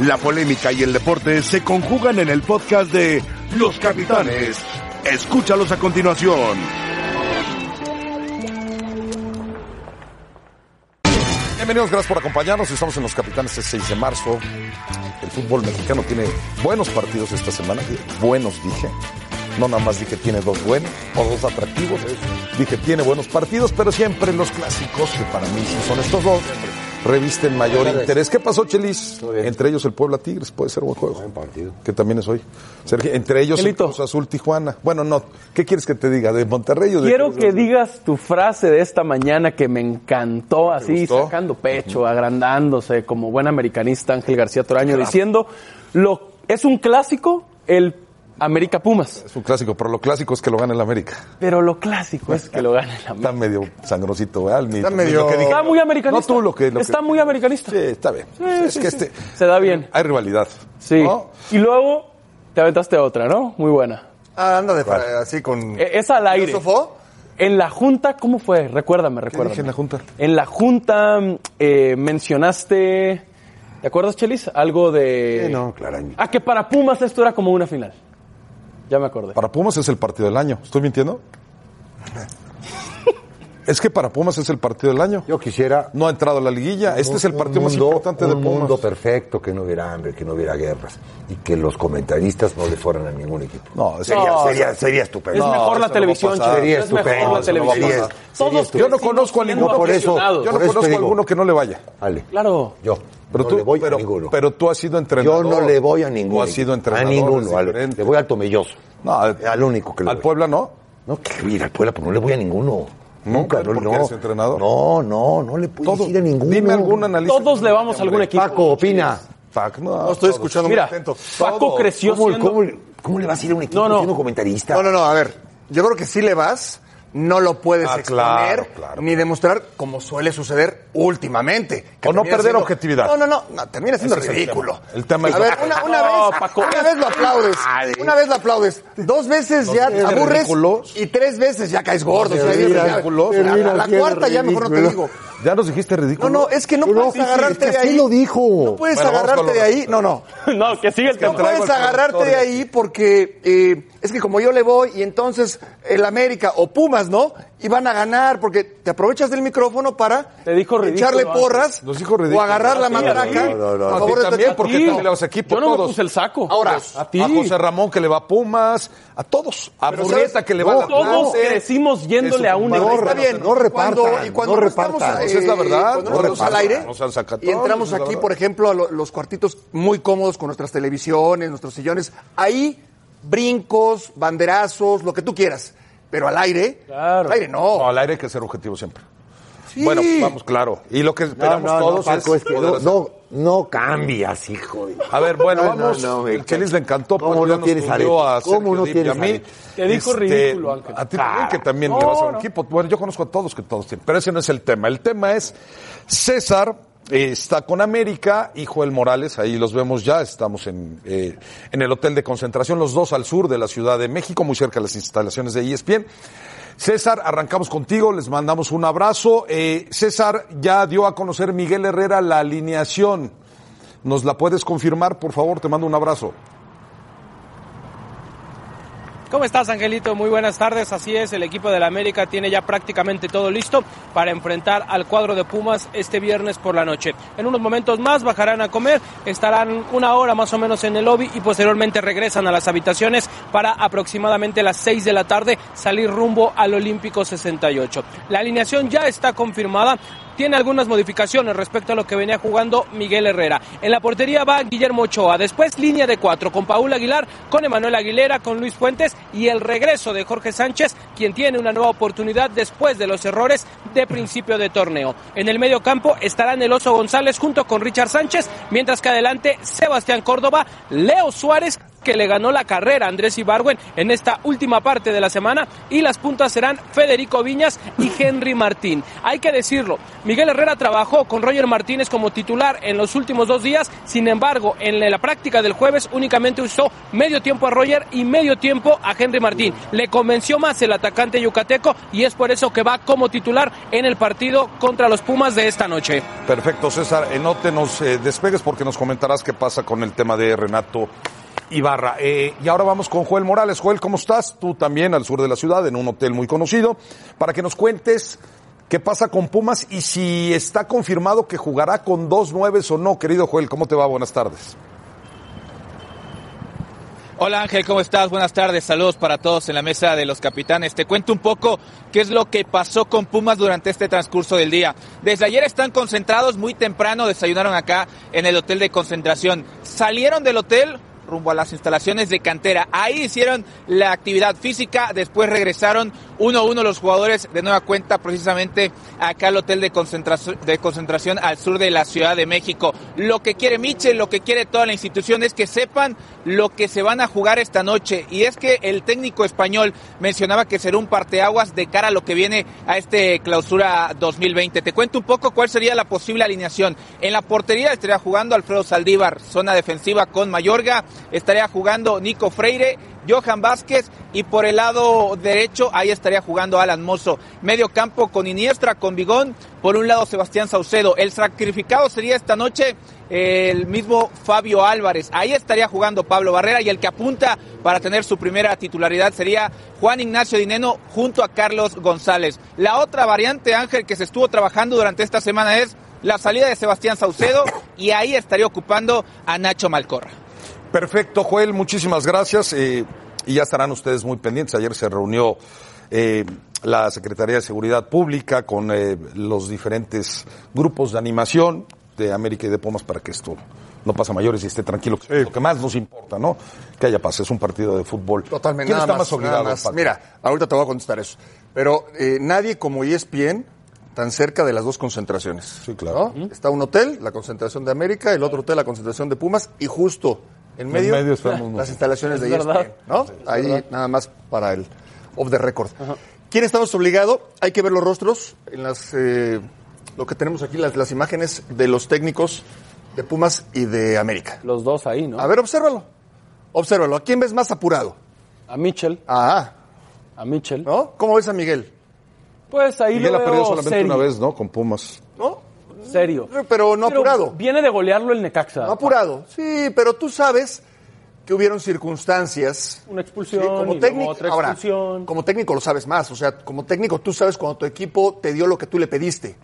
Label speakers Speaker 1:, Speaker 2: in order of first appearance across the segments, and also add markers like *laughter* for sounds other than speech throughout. Speaker 1: La polémica y el deporte se conjugan en el podcast de Los Capitanes. Escúchalos a continuación.
Speaker 2: Bienvenidos, gracias por acompañarnos. Estamos en Los Capitanes el 6 de marzo. El fútbol mexicano tiene buenos partidos esta semana. Buenos, dije. No nada más dije tiene dos buenos o dos atractivos. Dije tiene buenos partidos, pero siempre los clásicos, que para mí sí son estos dos, revisten mayor interés. ¿Qué pasó, Chelis? Entre ellos el Puebla Tigres, puede ser buen juego. Que también es hoy. Sergio, entre ellos el
Speaker 3: Chelito.
Speaker 2: Cruz Azul Tijuana. Bueno, no. ¿Qué quieres que te diga? ¿De Monterrey o de
Speaker 3: Quiero
Speaker 2: Cruz
Speaker 3: que
Speaker 2: Azul?
Speaker 3: digas tu frase de esta mañana que me encantó, así
Speaker 2: gustó?
Speaker 3: sacando pecho, agrandándose como buen americanista Ángel García Toraño, diciendo, lo, es un clásico el América Pumas,
Speaker 2: Es un clásico, pero lo clásico es que lo gana el América. Pues
Speaker 3: pero lo clásico es que lo gane el
Speaker 2: Está
Speaker 3: América.
Speaker 2: medio sangrosito, ¿verdad? Mi-
Speaker 4: Está
Speaker 2: mi-
Speaker 4: medio-
Speaker 2: lo que dije.
Speaker 3: Está muy americanista.
Speaker 2: No tú lo que... lo
Speaker 3: Está
Speaker 2: que-
Speaker 3: muy americanista.
Speaker 2: Sí, está bien.
Speaker 3: Sí,
Speaker 2: es
Speaker 3: sí,
Speaker 2: que
Speaker 3: sí.
Speaker 2: este...
Speaker 3: Se da bien.
Speaker 2: Hay rivalidad.
Speaker 3: Sí.
Speaker 2: ¿no?
Speaker 3: Y luego te aventaste otra, ¿no? Muy buena.
Speaker 4: Ah, anda de fra- así con.
Speaker 3: E- Es al aire.
Speaker 4: ¿Filósofo?
Speaker 3: En la junta, ¿cómo fue? Recuérdame, recuérdame.
Speaker 2: dije en la junta?
Speaker 3: En la junta mm, eh, mencionaste, ¿te acuerdas, Chelis? Algo de...
Speaker 4: Eh, no, Claraño.
Speaker 3: Ah, que para Pumas esto era como una final. Ya me acordé. *laughs*
Speaker 2: Para Pumas es el partido del año. ¿Estoy mintiendo? es que para Pumas es el partido del año.
Speaker 5: Yo quisiera.
Speaker 2: No ha entrado a la liguilla. Este
Speaker 5: un-
Speaker 2: es el
Speaker 5: un
Speaker 2: partido más
Speaker 5: mundo-
Speaker 2: importante de
Speaker 5: Un
Speaker 2: Pumas.
Speaker 5: mundo perfecto, que no hubiera hambre, que no hubiera guerras y que los comentaristas no le fueran a ningún equipo.
Speaker 2: No, es-
Speaker 5: sería,
Speaker 3: No,
Speaker 5: sería, sería
Speaker 3: Es
Speaker 5: estupendo.
Speaker 3: mejor la
Speaker 2: no va a
Speaker 3: televisión,
Speaker 2: pasar.
Speaker 3: Chelis.
Speaker 5: Sería
Speaker 3: es mejor
Speaker 5: estupendo,
Speaker 3: la
Speaker 5: eso no va a
Speaker 3: televisión.
Speaker 5: pasar.
Speaker 3: Todos
Speaker 5: Sería
Speaker 2: Yo no
Speaker 3: crecimos
Speaker 2: conozco a
Speaker 3: siendo
Speaker 2: ninguno
Speaker 5: por eso.
Speaker 3: aficionados.
Speaker 2: Yo no
Speaker 5: Por eso te
Speaker 2: conozco a
Speaker 5: digo.
Speaker 2: alguno que no le vaya.
Speaker 5: Ale.
Speaker 3: Claro.
Speaker 5: Yo.
Speaker 2: Pero
Speaker 5: no
Speaker 2: tú,
Speaker 5: le voy
Speaker 2: pero,
Speaker 5: a ninguno.
Speaker 2: pero tú has sido
Speaker 5: yo
Speaker 2: entrenador.
Speaker 5: no le voy a ninguno.
Speaker 2: Tú has sido entrenador.
Speaker 5: A ninguno,
Speaker 2: es
Speaker 5: Ale.
Speaker 2: diferente.
Speaker 5: Le voy al Tomelloso.
Speaker 2: No, al,
Speaker 5: Al único que le
Speaker 2: al
Speaker 5: voy.
Speaker 2: Puebla no.
Speaker 5: No, que le voy a ir al Puebla,
Speaker 2: pues
Speaker 5: pero no le voy a ninguno. Nunca, no,
Speaker 2: ¿Porque
Speaker 5: no.
Speaker 2: eres entrenador?
Speaker 5: No, no, no le puedo
Speaker 2: Todo.
Speaker 5: ir a ninguno.
Speaker 2: Dime algún analista.
Speaker 3: Todos le vamos a algún equipo.
Speaker 5: Paco, opina.
Speaker 2: Fuck, no,
Speaker 4: No estoy
Speaker 2: todos.
Speaker 4: escuchando
Speaker 3: Mira,
Speaker 4: muy atento.
Speaker 3: Paco creció
Speaker 5: ¿Cómo,
Speaker 3: siendo...
Speaker 5: cómo le- cómo le vas a ir a un equipo
Speaker 3: No, no.
Speaker 5: siendo comentarista?
Speaker 4: No, no, no, a ver. Yo creo que si le vas, no lo puedes
Speaker 2: Ah,
Speaker 4: exponer
Speaker 2: claro, claro.
Speaker 4: ni demostrar como suele suceder últimamente. que
Speaker 2: O no
Speaker 4: termina
Speaker 2: perder
Speaker 4: siendo-
Speaker 2: objetividad.
Speaker 4: No, no, no, no, termina siendo
Speaker 2: Ese es el
Speaker 4: ridículo.
Speaker 2: tema. El tema es-
Speaker 4: A ver, una, una
Speaker 3: No,
Speaker 4: vez,
Speaker 3: Paco.
Speaker 4: una vez lo aplaudes, una vez lo aplaudes, dos veces ya te
Speaker 2: eres
Speaker 4: aburres
Speaker 2: ridículos.
Speaker 4: y tres veces ya caes gordo.
Speaker 2: Eres
Speaker 4: o sea, ya-
Speaker 2: ridículos.
Speaker 4: ya- la-
Speaker 2: Termina
Speaker 4: La
Speaker 5: siendo
Speaker 4: cuarta ya mejor no te digo.
Speaker 5: ridículo.
Speaker 2: Ya nos dijiste ridículo.
Speaker 4: No, no, es que no
Speaker 5: Pero
Speaker 4: puedes
Speaker 5: sí, sí,
Speaker 4: agarrarte
Speaker 5: es que
Speaker 4: de
Speaker 5: así
Speaker 4: ahí.
Speaker 5: lo dijo.
Speaker 4: No
Speaker 2: Bueno,
Speaker 4: puedes
Speaker 2: vamos con
Speaker 4: agarrarte
Speaker 2: los
Speaker 4: de ahí. No, no.
Speaker 3: No, que sigue el
Speaker 4: No
Speaker 3: tema.
Speaker 4: puedes agarrarte de ahí porque eh, es que como yo le voy y entonces el América o Pumas, ¿no? Y van a ganar porque te aprovechas del micrófono para
Speaker 3: Te dijo ridículo
Speaker 4: echarle
Speaker 3: antes.
Speaker 4: porras
Speaker 2: Nos dijo ridículo.
Speaker 4: o agarrar la
Speaker 3: A ti, a ti.
Speaker 4: matraca.
Speaker 2: No, no, no,
Speaker 4: a
Speaker 2: no. A ti
Speaker 4: favor de tu
Speaker 2: también,
Speaker 4: equipo.
Speaker 2: porque
Speaker 3: A ti.
Speaker 2: también le vas a equipo,
Speaker 3: Yo no me
Speaker 2: todos.
Speaker 3: puse el saco.
Speaker 4: Ahora,
Speaker 3: a ti.
Speaker 2: A José Ramón que le va a Pumas, a todos, a
Speaker 4: Pero
Speaker 2: Burrieta
Speaker 4: ¿sabes?
Speaker 2: que le va a la
Speaker 3: Todos
Speaker 2: Atlante,
Speaker 3: crecimos
Speaker 2: que
Speaker 3: yéndole
Speaker 2: su
Speaker 3: a un
Speaker 2: madre-
Speaker 3: equipo.
Speaker 4: Está bien,
Speaker 5: no repartan,
Speaker 4: Cuando, y cuando
Speaker 5: no
Speaker 4: estamos,
Speaker 5: repartan.
Speaker 4: eh,
Speaker 2: Esa Pues es la verdad,
Speaker 4: Cuando
Speaker 2: no
Speaker 4: estamos al
Speaker 2: repartan,
Speaker 4: aire
Speaker 2: no sean
Speaker 4: y
Speaker 2: sacatones,
Speaker 4: entramos
Speaker 2: esa es la
Speaker 4: aquí,
Speaker 2: verdad.
Speaker 4: por ejemplo, a lo- los cuartitos muy cómodos con nuestras televisiones, nuestros sillones, ahí brincos, banderazos, lo que tú quieras. Pero al aire,
Speaker 3: Claro.
Speaker 4: al aire no.
Speaker 2: No, al aire hay que ser objetivo siempre.
Speaker 4: Sí.
Speaker 2: Bueno, vamos, claro. Y lo que
Speaker 5: No,
Speaker 2: esperamos
Speaker 5: no, no,
Speaker 2: todos
Speaker 5: Paco, es que
Speaker 2: poder
Speaker 5: no,
Speaker 2: hacer-
Speaker 5: no, no cambias, hijo. de-
Speaker 2: A ver, bueno,
Speaker 5: No, no,
Speaker 2: vamos.
Speaker 5: no, me
Speaker 2: el Chelis le encantó.
Speaker 5: ¿Cómo
Speaker 2: Pablo
Speaker 5: no
Speaker 2: ya nos
Speaker 5: tienes
Speaker 2: fundió
Speaker 5: arete?
Speaker 2: a
Speaker 5: ¿Cómo
Speaker 2: Sergio
Speaker 5: no
Speaker 2: Dip y
Speaker 5: tienes
Speaker 2: a mí. Este,
Speaker 5: arete?
Speaker 3: Te dijo ridículo, Ángel.
Speaker 2: A ti también, que también
Speaker 3: No,
Speaker 2: le vas a un
Speaker 3: no.
Speaker 2: equipo. Bueno, yo conozco a todos que todos tienen. Pero ese no es el tema. El tema es César. eh, está con América y Joel Morales, ahí los vemos ya, estamos en, eh, en el hotel de concentración, los dos al sur de la Ciudad de México, muy cerca de las instalaciones de E ESPN. César, arrancamos contigo, les mandamos un abrazo. Eh, César, ya dio a conocer Miguel Herrera la alineación. ¿Nos la puedes confirmar, por favor? Te mando un abrazo.
Speaker 6: ¿Cómo estás, Angelito? Muy buenas tardes. Así es, el equipo del América tiene ya prácticamente todo listo para enfrentar al cuadro de Pumas este viernes por la noche. En unos momentos más bajarán a comer, estarán una hora más o menos en el lobby y posteriormente regresan a las habitaciones para aproximadamente las 6 de la tarde salir rumbo al Olímpico 68. La alineación ya está confirmada. Tiene algunas modificaciones respecto a lo que venía jugando Miguel Herrera. En la portería va Guillermo Ochoa. Después línea de cuatro con Paul Aguilar, con Emanuel Aguilera, con Luis Fuentes y el regreso de Jorge Sánchez, quien tiene una nueva oportunidad después de los errores de principio de torneo. En el medio campo estarán el Oso González junto con Richard Sánchez, mientras que adelante Sebastián Córdoba, Leo Suárez que le ganó la carrera a Andrés Ibarwen en esta última parte de la semana y las puntas serán Federico Viñas y Henry Martín. Hay que decirlo, Miguel Herrera trabajó con Roger Martínez como titular en los últimos dos días, sin embargo, en la práctica del jueves únicamente usó medio tiempo a Roger y medio tiempo a Henry Martín. Le convenció más el atacante yucateco y es por eso que va como titular en el partido contra los Pumas de esta noche.
Speaker 2: Perfecto, César. Eh, no te nos eh, despegues porque nos comentarás qué pasa con el tema de Renato Ibarra. Eh, y ahora vamos con Joel Morales. Joel, ¿cómo estás? Tú también al sur de la ciudad, en un hotel muy conocido, para que nos cuentes qué pasa con Pumas y si está confirmado que jugará con dos nueves o no. Querido Joel, ¿cómo te va? Buenas tardes.
Speaker 7: Hola Ángel, ¿cómo estás? Buenas tardes, saludos para todos en la mesa de los capitanes. Te cuento un poco qué es lo que pasó con Pumas durante este transcurso del día. Desde ayer están concentrados, muy temprano desayunaron acá en el hotel de concentración. Salieron del hotel rumbo a las instalaciones de cantera. Ahí hicieron la actividad física, después regresaron uno a uno los jugadores de nueva cuenta precisamente acá al hotel de concentración, de concentración al sur de la Ciudad de México. Lo que quiere Michel, lo que quiere toda la institución es que sepan lo que se van a jugar esta noche. Y es que el técnico español mencionaba que será un parteaguas de cara a lo que viene a este clausura 2020. Te cuento un poco cuál sería la posible alineación. En la portería estaría jugando Alfredo Saldívar, zona defensiva con Mayorga, estaría jugando Nico Freire, Johan Vázquez y por el lado derecho ahí estaría jugando Alan Mozo. Medio campo con Iniestra, con Vigón, por un lado Sebastián Saucedo. El sacrificado sería esta noche eh, el mismo Fabio Álvarez. Ahí estaría jugando Pablo Barrera y el que apunta para tener su primera titularidad sería Juan Ignacio Dineno junto a Carlos González. La otra variante, Ángel, que se estuvo trabajando durante esta semana es la salida de Sebastián Saucedo y ahí estaría ocupando a Nacho Malcorra.
Speaker 2: Perfecto, Joel, muchísimas gracias. eh, y ya estarán ustedes muy pendientes. Ayer se reunió eh, la Secretaría de Seguridad Pública con eh, los diferentes grupos de animación de América y de Pumas para que esto no pase a mayores y esté tranquilo. que es Lo que más nos importa, ¿no? Que haya paz. Es un partido de fútbol.
Speaker 4: Totalmente.
Speaker 2: ¿Quién
Speaker 4: nada
Speaker 2: está
Speaker 4: más,
Speaker 2: más, obligado?
Speaker 4: nada más.
Speaker 2: Paco?
Speaker 4: Mira, ahorita te voy a contestar eso. Pero eh, nadie como ESPN tan cerca de las dos concentraciones. Sí,
Speaker 2: claro.
Speaker 4: Está un hotel, la concentración de América, el otro hotel, la concentración de Pumas, y justo en medio,
Speaker 2: medio estamos nosotros.
Speaker 4: las instalaciones
Speaker 3: Es
Speaker 4: de E ESPN,
Speaker 3: verdad.
Speaker 4: ¿no? Ahí nada más para el off the record. ¿Quién está más obligado? Hay que ver los rostros en las eh, lo que tenemos aquí, las, las imágenes de los técnicos de Pumas y de América.
Speaker 3: Los dos ahí, ¿no?
Speaker 4: A ver, obsérvalo. Obsérvalo. ¿A quién ves más apurado?
Speaker 3: A Mitchell,
Speaker 4: Ah,
Speaker 3: a Mitchell.
Speaker 4: ¿no? ¿Cómo ves a Miguel?
Speaker 3: Pues ahí
Speaker 2: Miguel
Speaker 3: lo
Speaker 2: ha
Speaker 3: veo
Speaker 2: perdido solamente
Speaker 3: serio,
Speaker 2: una vez, ¿no? Con Pumas.
Speaker 4: ¿No?
Speaker 3: serio.
Speaker 4: Pero no apurado.
Speaker 3: Viene de golearlo el Necaxa.
Speaker 4: No apurado. Sí, pero tú sabes que hubieron circunstancias.
Speaker 3: Una expulsión
Speaker 4: Sí,
Speaker 3: y luego
Speaker 4: como técnico,
Speaker 3: otra
Speaker 4: ahora,
Speaker 3: expulsión.
Speaker 4: como técnico lo sabes más. O sea, como técnico tú sabes cuando tu equipo te dio lo que tú le pediste.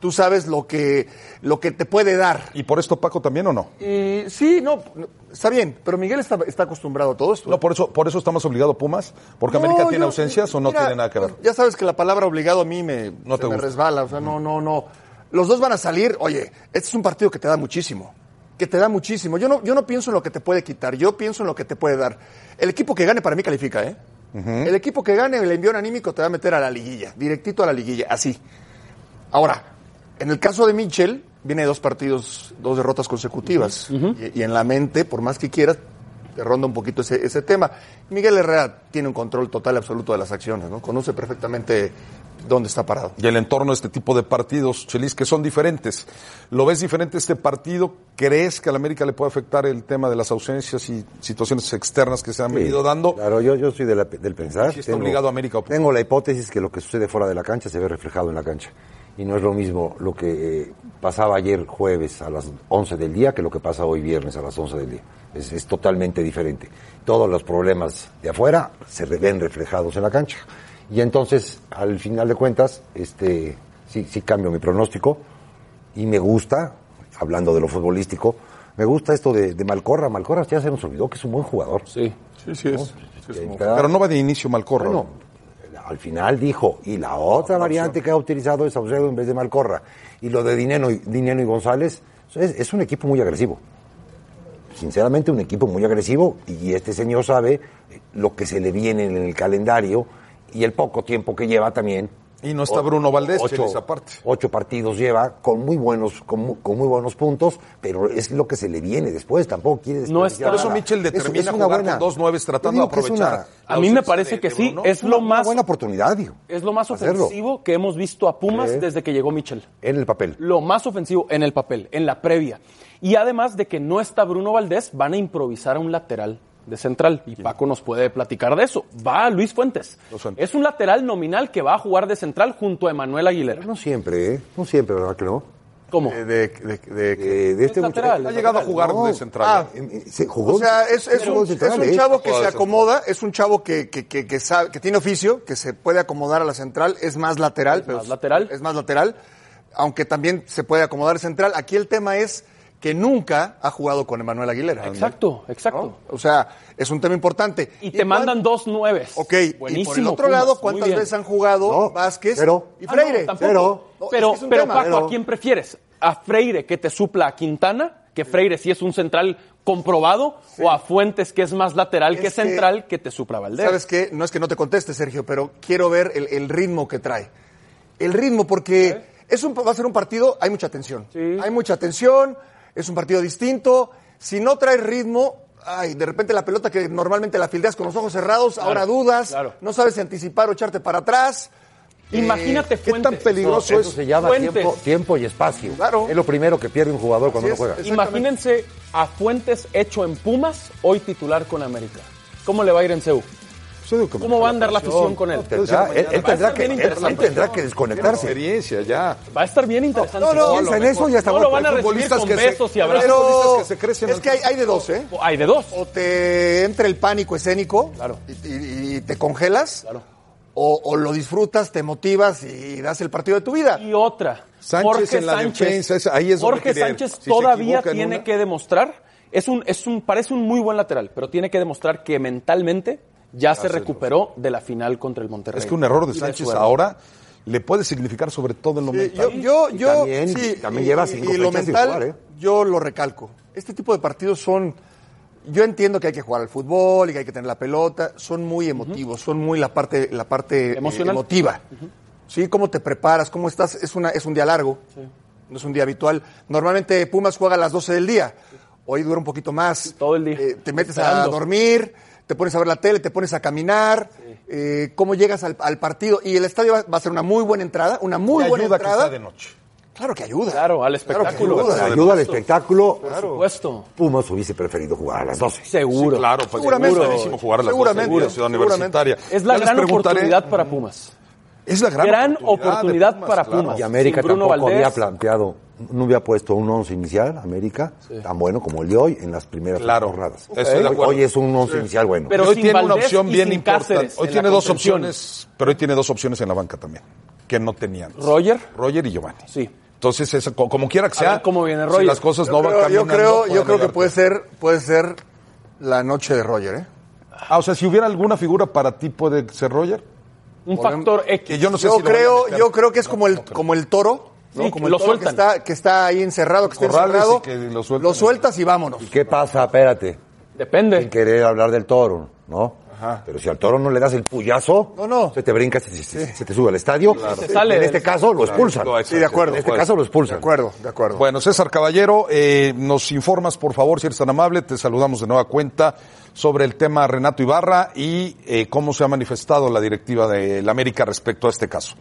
Speaker 4: Tú sabes lo que, lo que te puede dar.
Speaker 2: ¿Y por esto Paco también o no?
Speaker 4: Y Eh, sí, no, no, está bien, pero Miguel está, está acostumbrado a todo esto.
Speaker 2: No, por eso, por eso está más obligado Pumas, porque América
Speaker 4: No,
Speaker 2: tiene
Speaker 4: yo-
Speaker 2: ausencias o no
Speaker 4: mira,
Speaker 2: tiene nada que ver.
Speaker 4: Ya sabes que la palabra obligado a mí me,
Speaker 2: No
Speaker 4: se
Speaker 2: te
Speaker 4: me
Speaker 2: gusta.
Speaker 4: resbala. O sea, no, no, no. Los dos van a salir. Oye, este es un partido que te da muchísimo. Que te da muchísimo. Yo no, yo no pienso en lo que te puede quitar. Yo pienso en lo que te puede dar. El equipo que gane para mí califica, ¿eh? El equipo que gane el envío anímico te va a meter a la liguilla. Directito a la liguilla. Así. Ahora, en el caso de Mitchell, viene dos partidos, dos derrotas consecutivas. y, y en la mente, por más que quieras, te ronda un poquito ese, ese tema. Miguel Herrera tiene un control total y absoluto de las acciones, ¿no? Conoce perfectamente dónde está parado.
Speaker 2: Y el entorno de este tipo de partidos, Chelis, que son diferentes. ¿Lo ves diferente este partido? ¿Crees que a la América le puede afectar el tema de las ausencias y situaciones externas que se han
Speaker 5: Sí,
Speaker 2: venido dando?
Speaker 5: Claro, yo, yo soy de la- del pensar.
Speaker 2: Sí está obligado a América o Pumas.
Speaker 5: Tengo la hipótesis que lo que sucede fuera de la cancha se ve reflejado en la cancha. Y no es lo mismo lo que eh, pasaba ayer jueves a las 11 del día que lo que pasa hoy viernes a las 11 del día. Es, es totalmente diferente. Todos los problemas de afuera se re- ven reflejados en la cancha. Y entonces, al final de cuentas, este, sí, sí cambio mi pronóstico y me gusta, hablando de lo futbolístico, me gusta esto de, de Malcorra. Malcorra ya se nos olvidó que es un buen jugador.
Speaker 3: Sí.
Speaker 4: Sí, sí es.
Speaker 2: Pero no va de inicio Malcorra.
Speaker 5: Bueno, al final dijo, y la otra variante que ha utilizado es Saucedo en vez de Malcorra. Y lo de Dineno y, Dineno y González, es, es un equipo muy agresivo. Sinceramente, un equipo muy agresivo. Y este señor sabe eh, lo que se le viene en el calendario y el poco tiempo que lleva también
Speaker 2: Y no está Bruno Valdés,
Speaker 5: ocho,
Speaker 2: Chelis, aparte.
Speaker 5: ocho partidos lleva con muy buenos con muy, con muy buenos puntos, pero es lo que se le viene después, tampoco quiere
Speaker 3: No
Speaker 5: desperdiciar
Speaker 3: está-
Speaker 2: Por eso
Speaker 5: nada.
Speaker 2: Mitchell determina
Speaker 5: Es- es una
Speaker 2: jugar
Speaker 5: buena-
Speaker 2: con dos nueves tratando de
Speaker 5: Yo digo que es
Speaker 2: aprovechar.
Speaker 5: una-
Speaker 2: la
Speaker 3: A mí me
Speaker 2: ausencia
Speaker 3: parece
Speaker 2: de-
Speaker 3: que
Speaker 2: de
Speaker 3: sí,
Speaker 2: Bruno.
Speaker 3: es lo
Speaker 5: una
Speaker 3: más
Speaker 5: buena oportunidad, digo.
Speaker 3: es lo más
Speaker 5: Hacerlo.
Speaker 3: ofensivo que hemos visto a Pumas
Speaker 5: Sí.
Speaker 3: desde que llegó Michel.
Speaker 5: En el papel.
Speaker 3: Lo más ofensivo en el papel, en la previa. Y además de que no está Bruno Valdés, van a improvisar a un lateral de central. Y Paco nos puede platicar de eso. Va Luis Fuentes.
Speaker 2: Lo suelto.
Speaker 3: Es un lateral nominal que va a jugar de central junto a Emanuel Aguilera.
Speaker 5: Pero no siempre, ¿eh? No siempre, ¿verdad que no?
Speaker 3: ¿Cómo?
Speaker 4: Eh, de, de- de-
Speaker 5: Eh, de este
Speaker 3: Es
Speaker 5: muchacho-
Speaker 3: lateral,
Speaker 2: Ha llegado a jugar
Speaker 5: No.
Speaker 2: de central.
Speaker 5: Eh, eh, se jugó.
Speaker 4: O sea, es, es
Speaker 5: jugó
Speaker 4: un,
Speaker 5: de central,
Speaker 4: es un
Speaker 5: ¿eh?
Speaker 4: chavo que
Speaker 2: Jugó de
Speaker 4: se
Speaker 2: central.
Speaker 4: acomoda, es un chavo que, que, que, que sabe, que tiene oficio, que se puede acomodar a la central, es más lateral.
Speaker 3: más lateral.
Speaker 4: Es más lateral, aunque también se puede acomodar central. Aquí el tema es que nunca ha jugado con Emanuel Aguilera.
Speaker 3: Exacto, exacto.
Speaker 4: ¿no? O sea, es un tema importante.
Speaker 3: Y te mandan dos nueves.
Speaker 4: Ok, y por el otro lado, ¿cuántas veces han jugado
Speaker 5: No,
Speaker 4: Vázquez
Speaker 5: cero.
Speaker 4: y
Speaker 3: Ah, no,
Speaker 4: Freire?
Speaker 3: tampoco.
Speaker 5: Cero.
Speaker 4: No,
Speaker 3: pero,
Speaker 4: es que es un
Speaker 3: pero
Speaker 4: tema.
Speaker 3: Paco,
Speaker 5: Pero-
Speaker 3: ¿a quién prefieres? ¿A Freire que te supla a Quintana? Que Freire sí es un central comprobado. ¿O a Fuentes que es más lateral que
Speaker 4: Es que-
Speaker 3: central que te supla a Valdés?
Speaker 4: ¿Sabes qué? No es que no te conteste, Sergio, pero quiero ver el, el ritmo que trae. El ritmo, porque es un, va a ser un partido, hay mucha tensión. Hay mucha tensión, es un partido distinto. Si no trae ritmo, ay, de repente la pelota que normalmente la fildeas con los ojos cerrados, ahora dudas,
Speaker 3: claro.
Speaker 4: no sabes si anticipar o echarte para atrás. Eh,
Speaker 3: Imagínate
Speaker 4: ¿qué tan
Speaker 3: Fuentes.
Speaker 4: peligroso
Speaker 5: Eso
Speaker 4: es?
Speaker 5: se llama
Speaker 3: Fuentes.
Speaker 5: tiempo, tiempo y espacio.
Speaker 4: Claro.
Speaker 5: Es lo primero que pierde un jugador cuando
Speaker 4: Así
Speaker 5: no
Speaker 4: es,
Speaker 5: juega.
Speaker 4: es-
Speaker 3: Imagínense a Fuentes hecho en Pumas, hoy titular con América. ¿cómo le va a ir en CEU? ¿Cómo va a andar la afición con él?
Speaker 5: Tendrá- él, él
Speaker 3: Va a
Speaker 5: tendrá
Speaker 3: estar
Speaker 5: que,
Speaker 3: bien
Speaker 5: él-
Speaker 3: interesante.
Speaker 5: él tendrá que
Speaker 2: Tiene
Speaker 5: desconectarse.
Speaker 2: experiencia ya.
Speaker 3: Va a estar bien interesante.
Speaker 5: no, no, piensa en eso ya está
Speaker 3: No lo
Speaker 5: bueno,
Speaker 3: van a
Speaker 2: hay
Speaker 3: recibir
Speaker 2: futbolistas
Speaker 3: con
Speaker 2: que se-
Speaker 3: besos y
Speaker 2: pero-
Speaker 3: abrazos.
Speaker 4: Pero
Speaker 2: futbolistas que se crecen
Speaker 4: es
Speaker 2: al-
Speaker 4: que hay, hay de dos, ¿eh?
Speaker 3: Hay de dos.
Speaker 4: O te entra el pánico escénico
Speaker 3: Claro.
Speaker 4: y, y- y te congelas, o, o lo disfrutas, te motivas y das el partido de tu vida.
Speaker 3: y otra.
Speaker 2: Sánchez
Speaker 3: Jorge
Speaker 2: en la
Speaker 3: Sánchez,
Speaker 2: defensa, esa- ahí es donde
Speaker 3: Jorge
Speaker 2: quería ir.
Speaker 3: Sánchez
Speaker 2: Si se
Speaker 3: todavía
Speaker 2: equivoca en
Speaker 3: tiene
Speaker 2: una-
Speaker 3: que demostrar, es un, es un, parece un muy buen lateral, pero tiene que demostrar que mentalmente ya se recuperó de la final contra el Monterrey.
Speaker 2: Es que un error de
Speaker 3: Y
Speaker 2: Sánchez
Speaker 3: su
Speaker 2: ahora le puede significar sobre todo en lo
Speaker 4: Sí,
Speaker 2: mental.
Speaker 4: Yo, yo,
Speaker 5: Y
Speaker 4: yo
Speaker 5: también-
Speaker 4: sí,
Speaker 5: también
Speaker 4: y-
Speaker 5: lleva
Speaker 4: y-
Speaker 5: cinco
Speaker 4: y lo
Speaker 5: fechas sin
Speaker 4: mental,
Speaker 5: jugar, ¿eh?
Speaker 4: yo lo recalco. Este tipo de partidos son, yo entiendo que hay que jugar al fútbol y que hay que tener la pelota, son muy emotivos, son muy la parte, la parte eh,
Speaker 3: Emocional.
Speaker 4: emotiva. Sí, cómo te preparas, cómo estás, es una, es un día largo, no es un día habitual. Normalmente Pumas juega a las 12 del día, hoy dura un poquito más.
Speaker 3: Todo el día.
Speaker 4: Eh, te metes a
Speaker 3: Esperando.
Speaker 4: dormir, te pones a ver la tele, te pones a caminar, eh, cómo llegas al, al partido. Y el estadio va, va a ser una muy buena entrada, una muy
Speaker 2: Le
Speaker 4: buena
Speaker 2: ayuda que
Speaker 4: entrada.
Speaker 2: está de noche.
Speaker 4: Claro que ayuda.
Speaker 3: Claro, al
Speaker 4: Claro que
Speaker 3: espectáculo.
Speaker 4: ayuda.
Speaker 5: Le ayuda al espectáculo.
Speaker 3: Por supuesto.
Speaker 5: Pumas hubiese preferido jugar a las 12.
Speaker 3: Seguro.
Speaker 2: Sí, claro, pues,
Speaker 4: Seguramente.
Speaker 2: es buenísimo jugar a las
Speaker 4: Seguramente.
Speaker 2: 12 de la ciudad
Speaker 4: Seguramente.
Speaker 2: universitaria.
Speaker 3: Es la
Speaker 2: Ya les
Speaker 3: gran
Speaker 2: preguntaré-
Speaker 3: oportunidad para Pumas.
Speaker 2: Es la gran,
Speaker 3: Gran
Speaker 2: de
Speaker 3: oportunidad para
Speaker 2: claro.
Speaker 3: Pumas.
Speaker 5: Y América
Speaker 3: Sin Bruno
Speaker 5: tampoco
Speaker 3: Valdés.
Speaker 5: había planteado, no había puesto un once inicial, América, tan bueno como el de hoy en las primeras
Speaker 2: Claro,
Speaker 5: jornadas.
Speaker 2: estoy de
Speaker 5: Hoy-
Speaker 2: acuerdo.
Speaker 5: Hoy es un once inicial bueno.
Speaker 3: Pero
Speaker 2: Y hoy
Speaker 3: sin
Speaker 2: tiene una
Speaker 3: Valdés
Speaker 2: opción
Speaker 3: y
Speaker 2: bien
Speaker 3: sin
Speaker 2: importante.
Speaker 3: Cáceres
Speaker 2: Hoy
Speaker 3: en
Speaker 2: tiene
Speaker 3: la
Speaker 2: dos
Speaker 3: contención.
Speaker 2: opciones, pero hoy tiene dos opciones en la banca también, que no tenía antes.
Speaker 3: Roger.
Speaker 2: Roger y Giovanni.
Speaker 3: Sí.
Speaker 2: Entonces, eso, co- como quiera que
Speaker 3: A
Speaker 2: sea,
Speaker 3: ver cómo viene
Speaker 2: si
Speaker 3: Roger.
Speaker 2: las cosas
Speaker 4: Yo
Speaker 2: no van
Speaker 4: creo, yo
Speaker 2: caminando,
Speaker 4: creo,
Speaker 2: pueden
Speaker 4: yo creo que
Speaker 2: llegar
Speaker 4: puede
Speaker 2: tarde.
Speaker 4: ser, puede ser la noche de Roger, ¿eh?
Speaker 2: Ah, o sea, si hubiera alguna figura para ti, puede ser Roger.
Speaker 3: Un factor
Speaker 2: Que
Speaker 3: X.
Speaker 2: yo no sé
Speaker 4: yo
Speaker 2: si lo vayan a
Speaker 4: creo,
Speaker 2: meter.
Speaker 4: yo creo que es como el, como el toro, ¿no?
Speaker 3: Sí,
Speaker 4: como
Speaker 3: lo
Speaker 4: el toro que
Speaker 3: sueltan.
Speaker 4: está, que está ahí encerrado, que está
Speaker 2: Corrales
Speaker 4: encerrado.
Speaker 2: y que lo sueltan.
Speaker 4: sueltas y vámonos.
Speaker 5: ¿Y qué pasa? Espérate.
Speaker 3: Depende.
Speaker 5: Sin querer hablar del toro, ¿no? Pero si al toro no le das el puyazo,
Speaker 4: No, no.
Speaker 5: se te brinca, se, se- se te sube al estadio.
Speaker 3: Se sale
Speaker 5: en
Speaker 3: del-
Speaker 5: este caso lo expulsan.
Speaker 2: Lo-
Speaker 4: Sí, de acuerdo.
Speaker 5: En este caso lo
Speaker 4: De
Speaker 5: expulsan.
Speaker 4: acuerdo, de acuerdo.
Speaker 2: Bueno, César Caballero, eh, nos informas, por favor, si eres tan amable, te saludamos de nueva cuenta sobre el tema Renato Ibarra y eh, cómo se ha manifestado la directiva de la América respecto a este caso.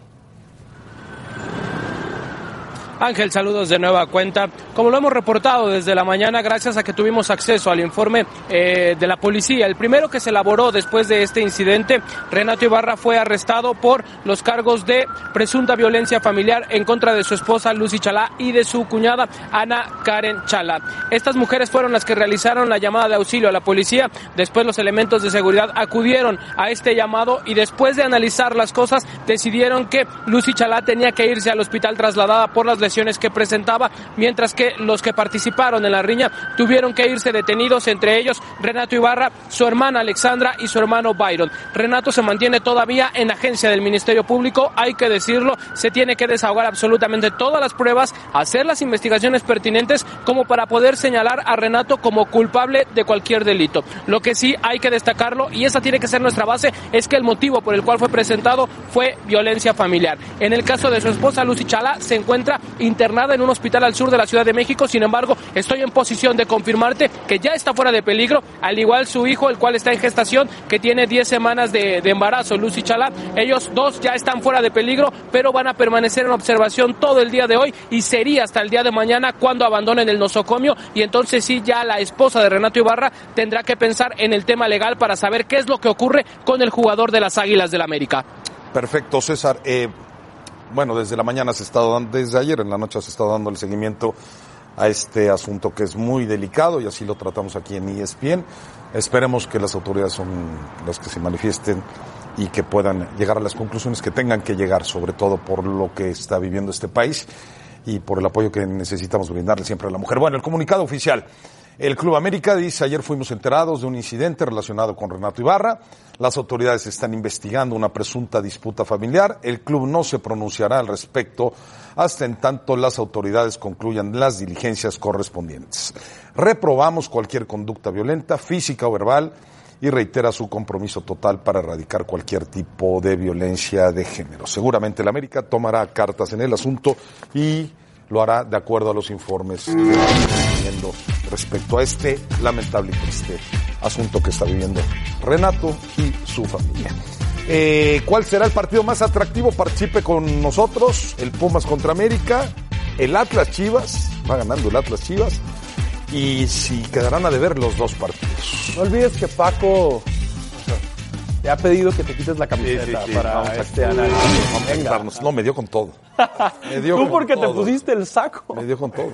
Speaker 6: Ángel, saludos de nueva cuenta. Como lo hemos reportado desde la mañana, gracias a que tuvimos acceso al informe eh, de la policía, el primero que se elaboró después de este incidente, Renato Ibarra fue arrestado por los cargos de presunta violencia familiar en contra de su esposa Lucy Chalá y de su cuñada Ana Karen Chalá. Estas mujeres fueron las que realizaron la llamada de auxilio a la policía. Después los elementos de seguridad acudieron a este llamado y después de analizar las cosas decidieron que Lucy Chalá tenía que irse al hospital trasladada por las lesiones lesiones que presentaba, mientras que los que participaron en la riña tuvieron que irse detenidos, entre ellos Renato Ibarra, su hermana Alexandra y su hermano Byron. Renato se mantiene todavía en agencia del Ministerio Público, hay que decirlo, se tiene que desahogar absolutamente todas las pruebas, hacer las investigaciones pertinentes como para poder señalar a Renato como culpable de cualquier delito. Lo que sí hay que destacarlo, y esa tiene que ser nuestra base, es que el motivo por el cual fue presentado fue violencia familiar. En el caso de su esposa, Lucy Chala, se encuentra internada en un hospital al sur de la Ciudad de México. Sin embargo, estoy en posición de confirmarte que ya está fuera de peligro, al igual su hijo, el cual está en gestación, que tiene 10 semanas de, de embarazo, Lucy Chala. Ellos dos ya están fuera de peligro, pero van a permanecer en observación todo el día de hoy y sería hasta el día de mañana cuando abandonen el nosocomio y entonces sí ya la esposa de Renato Ibarra tendrá que pensar en el tema legal para saber qué es lo que ocurre con el jugador de las Águilas del la América.
Speaker 2: Perfecto, César. Eh, bueno, desde la mañana se ha estado dando, desde ayer en la noche se ha estado dando el seguimiento a este asunto que es muy delicado y así lo tratamos aquí en E ESPN. Esperemos que las autoridades son las que se manifiesten y que puedan llegar a las conclusiones que tengan que llegar, sobre todo por lo que está viviendo este país y por el apoyo que necesitamos brindarle siempre a la mujer. Bueno, el comunicado oficial. El Club América dice, ayer fuimos enterados de un incidente relacionado con Renato Ibarra. Las autoridades están investigando una presunta disputa familiar. El club no se pronunciará al respecto hasta en tanto las autoridades concluyan las diligencias correspondientes. Reprobamos cualquier conducta violenta, física o verbal, y reitera su compromiso total para erradicar cualquier tipo de violencia de género. Seguramente el América tomará cartas en el asunto y lo hará de acuerdo a los informes que estamos teniendo respecto a este lamentable y triste asunto que está viviendo Renato y su familia. Eh, ¿Cuál será el partido más atractivo? Participe con nosotros, el Pumas contra América, el Atlas Chivas, va ganando el Atlas Chivas, y si quedarán a deber los dos partidos.
Speaker 3: No olvides que Paco te ha pedido que te quites la camiseta
Speaker 2: sí, sí.
Speaker 3: para
Speaker 2: Vamos a-
Speaker 3: este análisis.
Speaker 2: Vamos a
Speaker 3: Venga.
Speaker 2: enfrentarnos. No, me dio con
Speaker 3: *laughs*
Speaker 2: todo. Me dio
Speaker 3: Tú
Speaker 2: con
Speaker 3: porque te
Speaker 2: todo.
Speaker 3: pusiste el saco.
Speaker 2: Me dio con todo.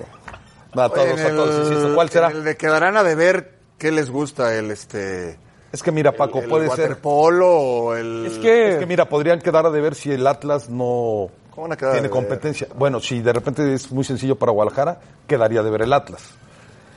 Speaker 2: No, a todos,
Speaker 4: En
Speaker 2: a todos,
Speaker 4: el-
Speaker 2: insisto. ¿Cuál será?
Speaker 4: en el de quedarán a deber qué les gusta el este
Speaker 2: Es que mira, Paco,
Speaker 4: el
Speaker 2: puede ser.
Speaker 4: waterpolo o el
Speaker 3: Es que,
Speaker 2: Es que mira, podrían quedar a deber si el Atlas no
Speaker 4: ¿Cómo van a quedar a
Speaker 2: tiene
Speaker 4: deber?
Speaker 2: competencia. Bueno, si de repente es muy sencillo para Guadalajara, quedaría a deber el Atlas.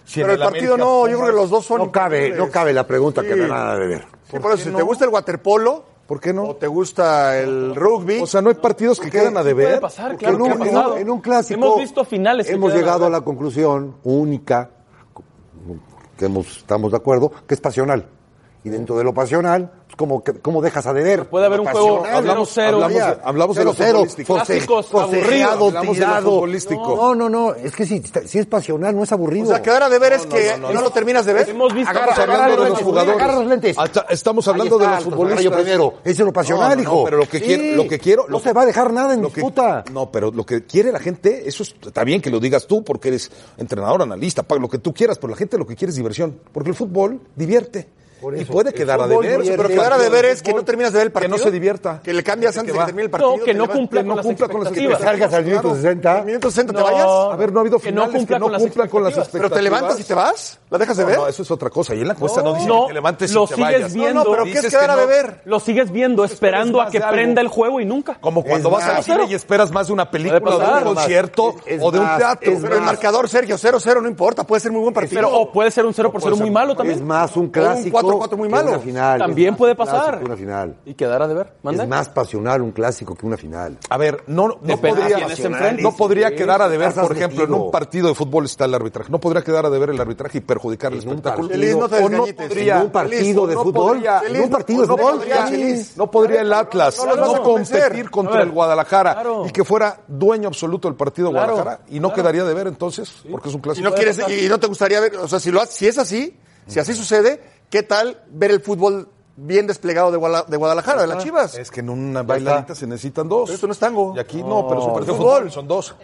Speaker 2: Si en
Speaker 4: Pero el partido
Speaker 2: América
Speaker 4: no, yo
Speaker 2: Pumas-
Speaker 4: creo que los dos son
Speaker 5: No cabe, no
Speaker 4: imposibles.
Speaker 5: cabe la pregunta que
Speaker 4: Sí.
Speaker 5: me van a deber.
Speaker 4: Sí, por eso, si te gusta el waterpolo
Speaker 2: ¿Por qué no?
Speaker 4: o te gusta el rugby,
Speaker 2: O sea, no hay partidos que
Speaker 4: ¿Qué?
Speaker 2: quedan a
Speaker 4: Sí
Speaker 2: deber.
Speaker 3: puede pasar,
Speaker 2: Porque
Speaker 3: claro
Speaker 5: en,
Speaker 2: no-
Speaker 3: que ha
Speaker 5: un, en un-
Speaker 3: pasado.
Speaker 5: en un clásico
Speaker 3: Hemos visto finales que
Speaker 5: hemos
Speaker 3: quedan
Speaker 5: llegado a
Speaker 3: atrás.
Speaker 5: la conclusión única que hemos- estamos de acuerdo que es pasional y dentro de lo pasional pues, ¿cómo, que- cómo dejas a deber
Speaker 3: Puede haber
Speaker 5: Lo
Speaker 3: un juego
Speaker 5: pasional.
Speaker 2: hablamos-
Speaker 3: cero,
Speaker 2: hablamos de-
Speaker 5: Había
Speaker 2: hablamos de lo
Speaker 5: cero,
Speaker 2: futbolístico.
Speaker 5: force-
Speaker 3: Clásicos
Speaker 5: forcejeado,
Speaker 3: aburridos.
Speaker 2: Hablamos de lo
Speaker 5: tirado.
Speaker 2: futbolístico.
Speaker 5: No, no, no, es que si, está- si es pasional no es aburrido.
Speaker 4: o sea, quedar a deber es que no, lo terminas de ver.
Speaker 3: Hemos visto
Speaker 5: Agarra-
Speaker 2: Estamos
Speaker 3: pasar-
Speaker 5: agarra
Speaker 2: hablando de
Speaker 5: los Ah,
Speaker 2: los
Speaker 5: lentes,
Speaker 2: jugadores.
Speaker 5: agarra los lentes.
Speaker 2: Hasta- estamos hablando
Speaker 5: Ahí
Speaker 2: de
Speaker 5: está,
Speaker 2: los
Speaker 5: los agarra
Speaker 2: futbolistas.
Speaker 5: yo primero. Ese es lo pasional,
Speaker 2: No, no, no,
Speaker 5: hijo.
Speaker 2: pero lo que
Speaker 5: Sí.
Speaker 2: quiero, lo que quiero,
Speaker 5: No
Speaker 2: lo
Speaker 5: se va a dejar nada en
Speaker 2: lo que-
Speaker 5: disputa.
Speaker 2: No, pero lo que quiere la gente, eso es- está bien que lo digas tú porque eres entrenador, analista, pa- lo que tú quieras, pero la gente lo que quiere es diversión, porque el fútbol divierte.
Speaker 5: Por
Speaker 2: y
Speaker 5: eso,
Speaker 2: puede
Speaker 5: el
Speaker 2: quedar a
Speaker 5: fútbol
Speaker 2: deber,
Speaker 5: divierte.
Speaker 4: Pero quedar a
Speaker 2: partido
Speaker 4: deber
Speaker 2: de
Speaker 4: es que
Speaker 2: fútbol,
Speaker 4: no terminas de ver el
Speaker 2: Que
Speaker 4: partido.
Speaker 2: no se divierta.
Speaker 4: Que le cambias antes de que
Speaker 2: va.
Speaker 4: termine el partido.
Speaker 3: no, que no
Speaker 4: le va-
Speaker 3: cumpla
Speaker 2: que
Speaker 3: con
Speaker 2: no
Speaker 3: las
Speaker 2: cumpla con las
Speaker 3: expectativas.
Speaker 5: Salgas al minuto 60.
Speaker 4: Al minuto 60 te
Speaker 3: No.
Speaker 4: vayas.
Speaker 2: A ver, no ha habido finales que
Speaker 3: Que no
Speaker 2: no
Speaker 3: cumpla
Speaker 2: cumplan con,
Speaker 3: con las
Speaker 2: las
Speaker 3: expectativas.
Speaker 2: expectativas.
Speaker 4: Pero te levantas y te vas. ¿La dejas de
Speaker 2: No,
Speaker 4: ver?
Speaker 2: no, eso es otra cosa. Y en la encuesta no,
Speaker 3: No,
Speaker 2: dice
Speaker 3: no,
Speaker 2: que levantes
Speaker 3: lo
Speaker 2: y te
Speaker 3: sigues
Speaker 2: vayas.
Speaker 4: no,
Speaker 3: viendo.
Speaker 4: no, pero ¿qué es
Speaker 2: Dices
Speaker 4: quedar
Speaker 2: que
Speaker 4: a
Speaker 2: no.
Speaker 4: deber?
Speaker 3: Lo sigues viendo, esperando
Speaker 2: más
Speaker 3: a que
Speaker 2: de algo.
Speaker 3: prenda el juego y nunca.
Speaker 2: Como cuando
Speaker 5: Es
Speaker 2: vas al
Speaker 5: más.
Speaker 2: cine y esperas más de una película, o de un
Speaker 3: pasar.
Speaker 2: concierto,
Speaker 5: Es- es
Speaker 2: o de un
Speaker 5: más,
Speaker 2: teatro.
Speaker 5: es
Speaker 4: Pero el
Speaker 5: más.
Speaker 4: marcador, Sergio, 0-0 no importa. Puede ser muy buen partido.
Speaker 3: Pero o puede ser un 0 por 0 muy malo
Speaker 5: Es
Speaker 3: también.
Speaker 5: más un clásico.
Speaker 4: 4-4 muy
Speaker 5: que
Speaker 4: malo.
Speaker 5: Una final.
Speaker 3: También
Speaker 5: Es más
Speaker 3: puede
Speaker 5: un clásico
Speaker 3: pasar.
Speaker 5: que Una final.
Speaker 3: Y quedar a deber. ¿Manda?
Speaker 5: Es más pasional un clásico que una final.
Speaker 2: A ver, no, no
Speaker 5: Ah,
Speaker 3: Depende de
Speaker 2: podría,
Speaker 3: quiénes se enfrenten.
Speaker 2: no podría quedar a deber,
Speaker 5: Estás
Speaker 2: por ejemplo, en
Speaker 5: metido.
Speaker 2: un partido de fútbol está el arbitraje. No podría quedar a deber el arbitraje y perjudicar el
Speaker 5: En un
Speaker 2: espectáculo.
Speaker 5: partido. Chelis,
Speaker 4: no te
Speaker 2: O
Speaker 4: desgañites.
Speaker 2: podría-
Speaker 5: En un partido
Speaker 2: o
Speaker 5: de
Speaker 2: no
Speaker 5: fútbol.
Speaker 2: podría-
Speaker 5: En un partido
Speaker 2: o
Speaker 5: de
Speaker 2: no
Speaker 5: fútbol,
Speaker 2: podría-
Speaker 5: Chelis.
Speaker 2: No podría el Atlas
Speaker 4: No los vas a
Speaker 2: no
Speaker 4: convencer.
Speaker 2: competir
Speaker 3: A
Speaker 2: contra
Speaker 3: ver.
Speaker 2: el Guadalajara
Speaker 3: Claro.
Speaker 2: y que fuera dueño absoluto del partido de
Speaker 3: Claro,
Speaker 2: Guadalajara y no quedaría de ver entonces, porque es un
Speaker 4: y
Speaker 2: clásico.
Speaker 4: no quieres y, y no te gustaría ver, o sea, si lo ha- si es así, si así sucede, ¿qué tal ver el fútbol bien desplegado de, Guala- de Guadalajara, de las Chivas?
Speaker 2: Es que en una bailadita se necesitan dos.
Speaker 4: Pero esto no es tango.
Speaker 2: Y aquí no, pero su partido de
Speaker 4: fútbol.
Speaker 2: fútbol son dos.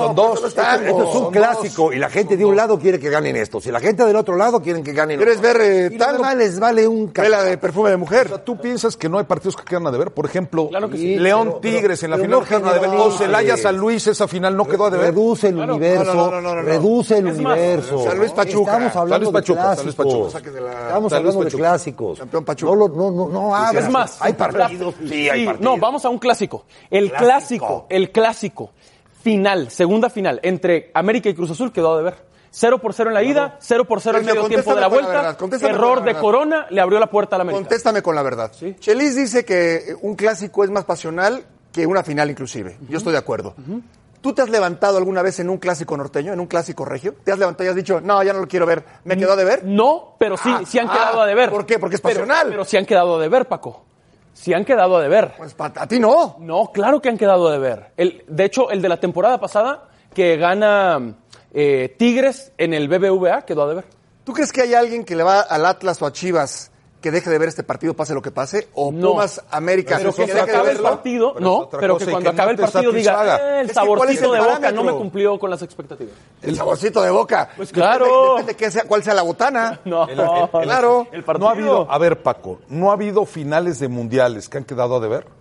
Speaker 2: son dos.
Speaker 4: no es tango.
Speaker 5: Esto es
Speaker 4: Son
Speaker 5: un
Speaker 4: dos.
Speaker 5: clásico y la gente de un lado quiere que ganen esto. Si la gente del otro lado quieren que ganen
Speaker 4: ¿Quieres
Speaker 5: otro.
Speaker 4: ver eh,
Speaker 5: Y lo
Speaker 4: tango?
Speaker 5: demás les vale un ca-
Speaker 4: Vela de perfume de
Speaker 2: O sea,
Speaker 4: mujer.
Speaker 2: ¿Tú piensas que no hay partidos que quedan a deber? Por ejemplo,
Speaker 3: Claro que sí.
Speaker 2: León
Speaker 5: Pero- pero-
Speaker 2: Tigres en la
Speaker 5: pero
Speaker 2: final
Speaker 5: no
Speaker 2: quedaron a deber. O
Speaker 5: generalices.
Speaker 2: Celaya San Luis, esa final no quedó a deber.
Speaker 5: Reduce el
Speaker 3: Claro.
Speaker 5: universo.
Speaker 4: No, no, no, no, no, no.
Speaker 5: Reduce el
Speaker 3: Es más,
Speaker 5: universo.
Speaker 4: San Luis Pachuca.
Speaker 5: Estamos hablando
Speaker 2: San Luis Pachuca,
Speaker 5: de
Speaker 2: San Luis
Speaker 5: clásicos.
Speaker 2: Pachuca.
Speaker 4: Saques de la-
Speaker 5: Estamos
Speaker 2: San Luis
Speaker 5: hablando de
Speaker 2: Pachuca.
Speaker 5: clásicos.
Speaker 4: Campeón Pachuca.
Speaker 5: No, lo- no, no, no hagas.
Speaker 3: Es más,
Speaker 5: hay
Speaker 3: la-
Speaker 5: partidos.
Speaker 3: sí, No, vamos a un clásico. El clásico, el clásico. final, segunda final, entre América y Cruz Azul quedó de ver. 0 por 0 en la ida, 0 por 0 en
Speaker 4: Elmer,
Speaker 3: medio tiempo de la
Speaker 4: contéstame con la
Speaker 3: vuelta.
Speaker 4: verdad, contéstame
Speaker 3: error
Speaker 4: con la
Speaker 3: de
Speaker 4: verdad.
Speaker 3: Corona le abrió la puerta a la América.
Speaker 4: Contéstame con la verdad. Chelis dice que un clásico es más pasional que una final inclusive. Yo estoy de acuerdo. ¿Tú te has levantado alguna vez en un clásico norteño, en un clásico regio? ¿Te has levantado y has dicho, no, ya no lo quiero ver, me quedó de ver?
Speaker 3: Mm, No, pero sí,
Speaker 4: Ah,
Speaker 3: sí han
Speaker 4: ah,
Speaker 3: quedado a deber.
Speaker 4: ¿por qué? Porque es
Speaker 3: Pero-
Speaker 4: pasional.
Speaker 3: Pero, sí han quedado a deber, Paco. Sí han quedado a deber.
Speaker 4: Pues pa- a ti no.
Speaker 3: No, claro que han quedado a deber. El, de hecho, el de la temporada pasada, que gana eh, Tigres en el BBVA, quedó a deber.
Speaker 4: ¿Tú crees que hay alguien que le va al Atlas o a Chivas que deje de ver este partido pase lo que pase? ¿O
Speaker 3: No.
Speaker 4: Pumas América?
Speaker 3: Pero
Speaker 4: que
Speaker 3: que
Speaker 2: otra
Speaker 3: se
Speaker 4: deje de
Speaker 3: acabe el
Speaker 4: verlo?
Speaker 3: partido,
Speaker 2: Pero es
Speaker 3: no,
Speaker 2: otra
Speaker 3: pero
Speaker 2: cosa,
Speaker 3: que
Speaker 2: y
Speaker 3: cuando
Speaker 2: que no
Speaker 3: acabe el
Speaker 2: te
Speaker 3: partido
Speaker 2: satisfaga.
Speaker 3: diga, "Eh, el
Speaker 4: Es que, ¿cuál es el
Speaker 3: saborcito de boca no me
Speaker 4: parámetro?
Speaker 3: cumplió con las expectativas.
Speaker 4: El saborcito de boca.
Speaker 3: Pues claro.
Speaker 4: Depende, depende que sea, cuál sea la botana.
Speaker 3: *laughs* No,
Speaker 2: El-
Speaker 5: *laughs*
Speaker 2: el- el-
Speaker 4: claro.
Speaker 3: el
Speaker 2: No
Speaker 3: partido. Ah,
Speaker 2: ha habido, a ver, Paco, no ha habido finales de mundiales que han quedado a deber.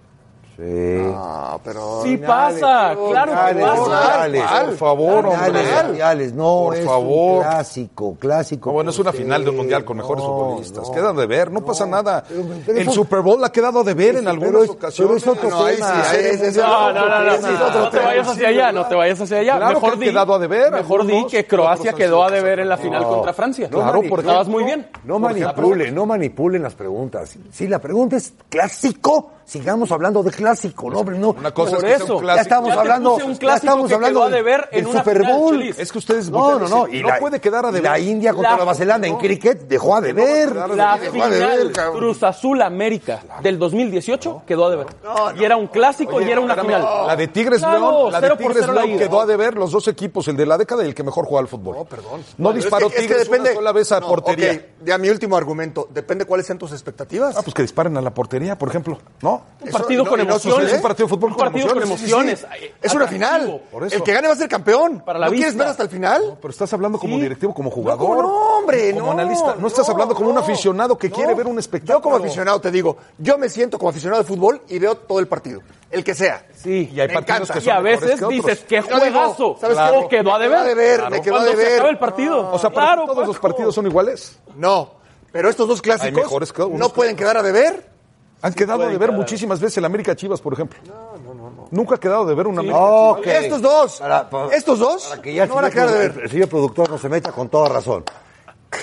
Speaker 5: Sí.
Speaker 4: No, Ah, pero...
Speaker 3: Sí pasa, claro que
Speaker 5: Finales,
Speaker 3: pasa.
Speaker 5: finales,
Speaker 2: Por favor, hombre.
Speaker 5: Finales, mundiales, no,
Speaker 2: Por
Speaker 5: es
Speaker 2: favor.
Speaker 5: un clásico, clásico.
Speaker 2: No, bueno, es una
Speaker 5: por
Speaker 2: final de un
Speaker 5: usted.
Speaker 2: mundial con mejores
Speaker 5: No,
Speaker 2: futbolistas.
Speaker 5: no,
Speaker 2: Queda de ver, no, pasa nada.
Speaker 5: Pero- pero
Speaker 2: el
Speaker 5: eso-
Speaker 2: Super Bowl ha quedado de ver en
Speaker 5: pero
Speaker 2: algunas
Speaker 5: es-
Speaker 2: ocasiones.
Speaker 5: pero es otro
Speaker 4: No, ahí sí,
Speaker 5: tema.
Speaker 4: ahí es- es-
Speaker 3: No, no, no, no,
Speaker 4: Ese es
Speaker 3: no,
Speaker 4: otro
Speaker 3: no te
Speaker 4: tema.
Speaker 3: vayas hacia allá, no te vayas hacia allá.
Speaker 2: Claro que
Speaker 3: mejor
Speaker 2: han
Speaker 3: di,
Speaker 2: quedado a deber,
Speaker 3: mejor di
Speaker 2: algunos,
Speaker 3: que
Speaker 2: otros
Speaker 3: Croacia
Speaker 2: han
Speaker 3: quedó
Speaker 2: sido
Speaker 3: a deber en la final
Speaker 5: No.
Speaker 3: contra Francia.
Speaker 5: No,
Speaker 3: claro,
Speaker 5: mani-
Speaker 3: porque estabas muy bien.
Speaker 5: No manipulen, no manipulen las preguntas. Si la pregunta es clásico, sigamos hablando de clásico, no, hombre, no.
Speaker 2: Una cosa
Speaker 3: Por
Speaker 2: es que sea
Speaker 3: eso.
Speaker 2: un
Speaker 5: Ya
Speaker 2: clásico.
Speaker 5: estamos
Speaker 3: Ya te
Speaker 5: hablando,
Speaker 3: puse un
Speaker 5: ya
Speaker 3: clásico
Speaker 5: estamos
Speaker 3: que
Speaker 5: hablando
Speaker 3: quedó a deber
Speaker 5: del
Speaker 3: en una
Speaker 5: Super
Speaker 3: final,
Speaker 5: Bowl.
Speaker 3: Chelis.
Speaker 2: Es que ustedes
Speaker 5: no,
Speaker 2: votan
Speaker 5: no,
Speaker 2: así.
Speaker 5: no, y
Speaker 2: No
Speaker 5: la-
Speaker 2: puede quedar a deber.
Speaker 5: La India contra
Speaker 3: La-
Speaker 5: Nueva Zelanda en cricket dejó a deber.
Speaker 3: La
Speaker 5: Dejó a deber,
Speaker 3: final
Speaker 5: cabrón.
Speaker 3: Cruz Azul América del 2018 quedó a deber. y era un clásico y era una
Speaker 2: Espérame,
Speaker 3: final.
Speaker 2: La de Tigres
Speaker 3: Claro,
Speaker 2: León, la de
Speaker 3: cero por
Speaker 2: Tigres
Speaker 3: cero la
Speaker 2: León
Speaker 3: ida.
Speaker 2: quedó a deber los dos equipos, el de la década y el que mejor jugaba al fútbol. No, perdón. No
Speaker 4: Pero es
Speaker 2: disparó
Speaker 4: que- es que
Speaker 2: Tigres una sola vez a
Speaker 4: No,
Speaker 2: portería.
Speaker 4: ok, ya mi último argumento. Depende cuáles sean tus expectativas.
Speaker 2: Ah, pues que disparen a la portería, por ejemplo, ¿no?
Speaker 3: Un
Speaker 4: Eso-
Speaker 3: partido
Speaker 4: no,
Speaker 3: con
Speaker 4: y no
Speaker 3: emociones.
Speaker 4: sucede. Es un
Speaker 2: partido de fútbol
Speaker 3: Un
Speaker 2: con
Speaker 3: partido con
Speaker 2: emociones,
Speaker 3: emociones.
Speaker 4: es una final.
Speaker 3: Atractivo.
Speaker 2: Por eso.
Speaker 4: El que gane va a ser campeón.
Speaker 3: Para la
Speaker 4: ¿No quieres
Speaker 3: vista.
Speaker 4: ver hasta el final?
Speaker 2: Pero estás hablando como
Speaker 3: Sí.
Speaker 2: directivo, como jugador.
Speaker 4: No, no, hombre,
Speaker 2: como
Speaker 4: no,
Speaker 2: analista. No, estás
Speaker 4: no,
Speaker 2: hablando como un
Speaker 4: no,
Speaker 2: aficionado que
Speaker 4: no.
Speaker 2: quiere ver un espectáculo.
Speaker 4: Yo como aficionado te digo, yo me siento como aficionado de fútbol y veo todo el partido, el que sea.
Speaker 3: Sí.
Speaker 2: Y hay
Speaker 4: Me
Speaker 2: partidos
Speaker 4: encanta.
Speaker 2: que son
Speaker 3: Y a
Speaker 2: mejores
Speaker 3: veces
Speaker 2: que otros.
Speaker 3: dices, qué
Speaker 4: Y no digo,
Speaker 3: juegazo.
Speaker 4: ¿sabes
Speaker 3: Claro.
Speaker 4: qué?
Speaker 3: quedó a
Speaker 4: Me quedó a
Speaker 3: deber.
Speaker 4: deber, me quedó a
Speaker 3: Cuando se
Speaker 4: deber.
Speaker 3: acaba el partido.
Speaker 2: O sea, ¿para
Speaker 3: claro,
Speaker 2: ti todos los
Speaker 3: Paco.
Speaker 2: partidos son iguales.
Speaker 4: No, pero estos dos
Speaker 2: Hay
Speaker 4: clásicos
Speaker 2: mejores que unos
Speaker 4: no
Speaker 2: que
Speaker 4: pueden quedar a deber.
Speaker 2: Han quedado de ver muchísimas veces el América Chivas, por ejemplo. No, no, no. Nunca ha quedado de ver un América.
Speaker 5: Ok.
Speaker 4: Estos dos,
Speaker 5: Para- para-
Speaker 4: estos dos
Speaker 5: para que ya el
Speaker 4: no van a
Speaker 5: señor
Speaker 4: quedar de
Speaker 5: produ-
Speaker 4: ver.
Speaker 5: El señor productor no se meta con toda razón.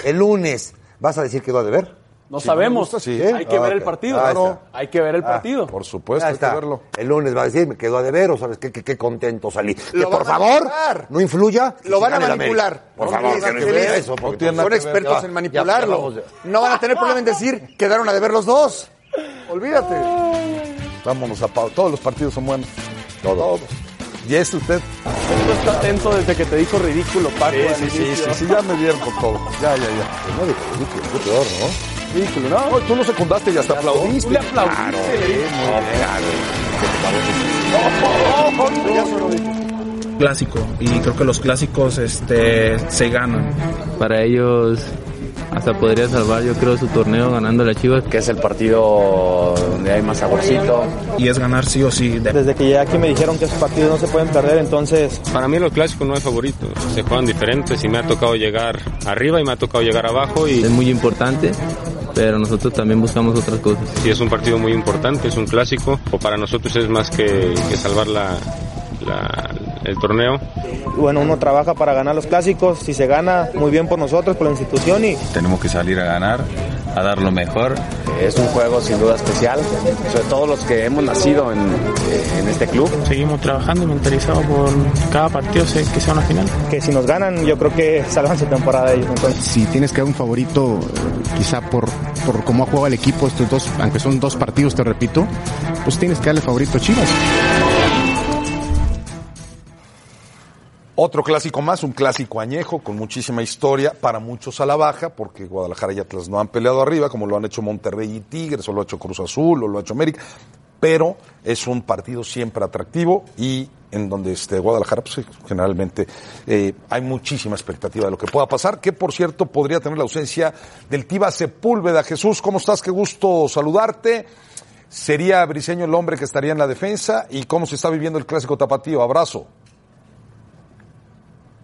Speaker 5: El lunes, ¿vas a decir que va a deber?
Speaker 3: No
Speaker 2: Si no le
Speaker 3: sabemos.
Speaker 2: gusta, sí.
Speaker 3: Hay que
Speaker 5: Ah,
Speaker 3: ver el
Speaker 5: ok.
Speaker 3: partido.
Speaker 5: Ah,
Speaker 3: Claro.
Speaker 5: está.
Speaker 3: Hay que ver el
Speaker 5: Ah,
Speaker 3: partido.
Speaker 2: Por supuesto,
Speaker 5: Ya
Speaker 2: hay que
Speaker 5: está.
Speaker 2: verlo.
Speaker 5: El lunes va a decir, me quedó a deber, o sabes qué, qué, qué contento salí. Que
Speaker 4: Lo
Speaker 5: por
Speaker 4: van a
Speaker 5: favor,
Speaker 4: manipular.
Speaker 5: no influya. que
Speaker 4: Lo
Speaker 5: se
Speaker 4: van a
Speaker 5: gane el América.
Speaker 4: manipular.
Speaker 5: Por
Speaker 4: No
Speaker 5: favor,
Speaker 4: tiene
Speaker 5: que no
Speaker 4: nada que
Speaker 5: influya
Speaker 4: ver.
Speaker 5: eso. porque
Speaker 2: tiene nada
Speaker 4: Son
Speaker 2: que ver.
Speaker 4: expertos
Speaker 5: Ya,
Speaker 4: en
Speaker 5: ya, ya
Speaker 4: manipularlo.
Speaker 5: vamos de-
Speaker 4: No van a tener problema en decir, quedaron a deber los dos. Olvídate.
Speaker 2: Vámonos a Pau. Todos los partidos son buenos.
Speaker 5: Todos.
Speaker 2: Y este usted.
Speaker 3: Tú estás tenso desde que te dijo ridículo, Paco. al
Speaker 2: sí,
Speaker 3: inicio.
Speaker 2: sí, sí, ya me dieron por todo. Ya, ya, ya.
Speaker 5: Pues no, digo, ridículo, qué peor, ¿no?
Speaker 3: Ridículo, ¿no?
Speaker 2: No, tú lo secundaste y hasta aplaudiste.
Speaker 3: Tú le aplaudiste. le dijiste,
Speaker 8: clásico y creo que los clásicos este, se ganan.
Speaker 9: Para ellos hasta podría salvar yo creo su torneo ganando a las Chivas.
Speaker 10: que es el partido donde hay más saborcito.
Speaker 8: Y es ganar sí o sí. De-
Speaker 11: Desde que llegué aquí me dijeron que esos partidos no se pueden perder, entonces
Speaker 12: Para mí los clásicos no hay favoritos, se juegan diferentes y me ha tocado llegar arriba y me ha tocado llegar abajo y,
Speaker 9: Es muy importante, pero nosotros también buscamos otras cosas.
Speaker 12: y es un partido muy importante, es un clásico, o para nosotros es más que, que salvar la- la- el torneo.
Speaker 11: bueno, uno trabaja para ganar los clásicos, si se gana, muy bien por nosotros, por la institución y
Speaker 8: Tenemos que salir a ganar, a dar lo mejor.
Speaker 10: Es un juego sin duda especial, sobre todo los que hemos nacido en, en este club.
Speaker 8: Seguimos trabajando mentalizado por cada partido que sea una final.
Speaker 11: que si nos ganan yo creo que *laughs* salvan su temporada ellos. Entonces,
Speaker 10: Si tienes que dar un favorito, quizá por, por cómo ha jugado el equipo estos dos, aunque son dos partidos, te repito, pues tienes que darle favorito a Chivas.
Speaker 2: Otro clásico más, un clásico añejo con muchísima historia, para muchos a la baja, porque Guadalajara y Atlas no han peleado arriba, como lo han hecho Monterrey y Tigres, o lo ha hecho Cruz Azul, o lo ha hecho América, pero es un partido siempre atractivo y en donde este Guadalajara, pues, sí, generalmente eh, hay muchísima expectativa de lo que pueda pasar, que por cierto podría tener la ausencia del Tiva Sepúlveda. Jesús, ¿cómo estás? Qué gusto saludarte. Sería Briseño el hombre que estaría en la defensa y cómo se está viviendo el clásico tapatío. Abrazo.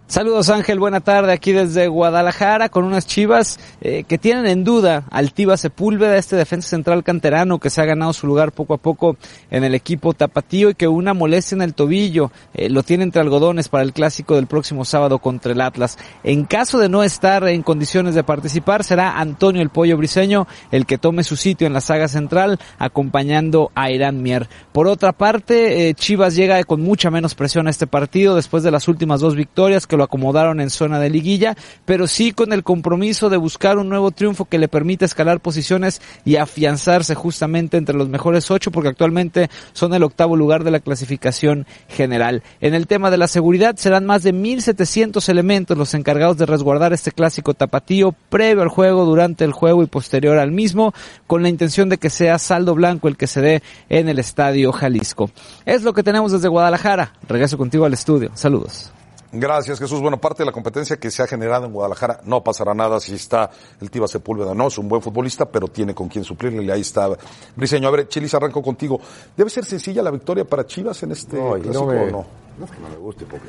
Speaker 13: Saludos Ángel, buena tarde aquí desde Guadalajara con unas chivas eh, que tienen en duda al Tiva Sepúlveda, este defensa central canterano que se ha ganado su lugar poco a poco en el equipo tapatío y que una molestia en el tobillo eh, lo tiene entre algodones para el clásico del próximo sábado contra el Atlas. En caso de no estar en condiciones de participar será Antonio el Pollo Briseño el que tome su sitio en la saga central acompañando a Irán Mier. Por otra parte, eh, Chivas llega con mucha menos presión a este partido después de las últimas dos victorias que lo acomodaron en zona de liguilla, pero sí con el compromiso de buscar un nuevo triunfo que le permita escalar posiciones y afianzarse justamente entre los mejores ocho, porque actualmente son el octavo lugar de la clasificación general. En el tema de la seguridad, serán más de 1.700 elementos los encargados de resguardar este clásico tapatío previo al juego, durante el juego y posterior al mismo, con la intención de que sea saldo blanco el que se dé en el Estadio Jalisco. Es lo que tenemos desde Guadalajara. Regreso contigo al estudio. Saludos.
Speaker 2: Gracias, Jesús. Bueno, parte de la competencia que se ha generado en Guadalajara, no pasará nada si está el Tiva Sepúlveda. No, es un buen futbolista, pero tiene con quién suplirle. y Ahí está Briseño. A ver, Chilis, arranco contigo. ¿Debe ser sencilla la victoria para Chivas en este
Speaker 5: No, y no
Speaker 2: clásico
Speaker 5: me-
Speaker 2: o no?
Speaker 5: no es que no me guste, porque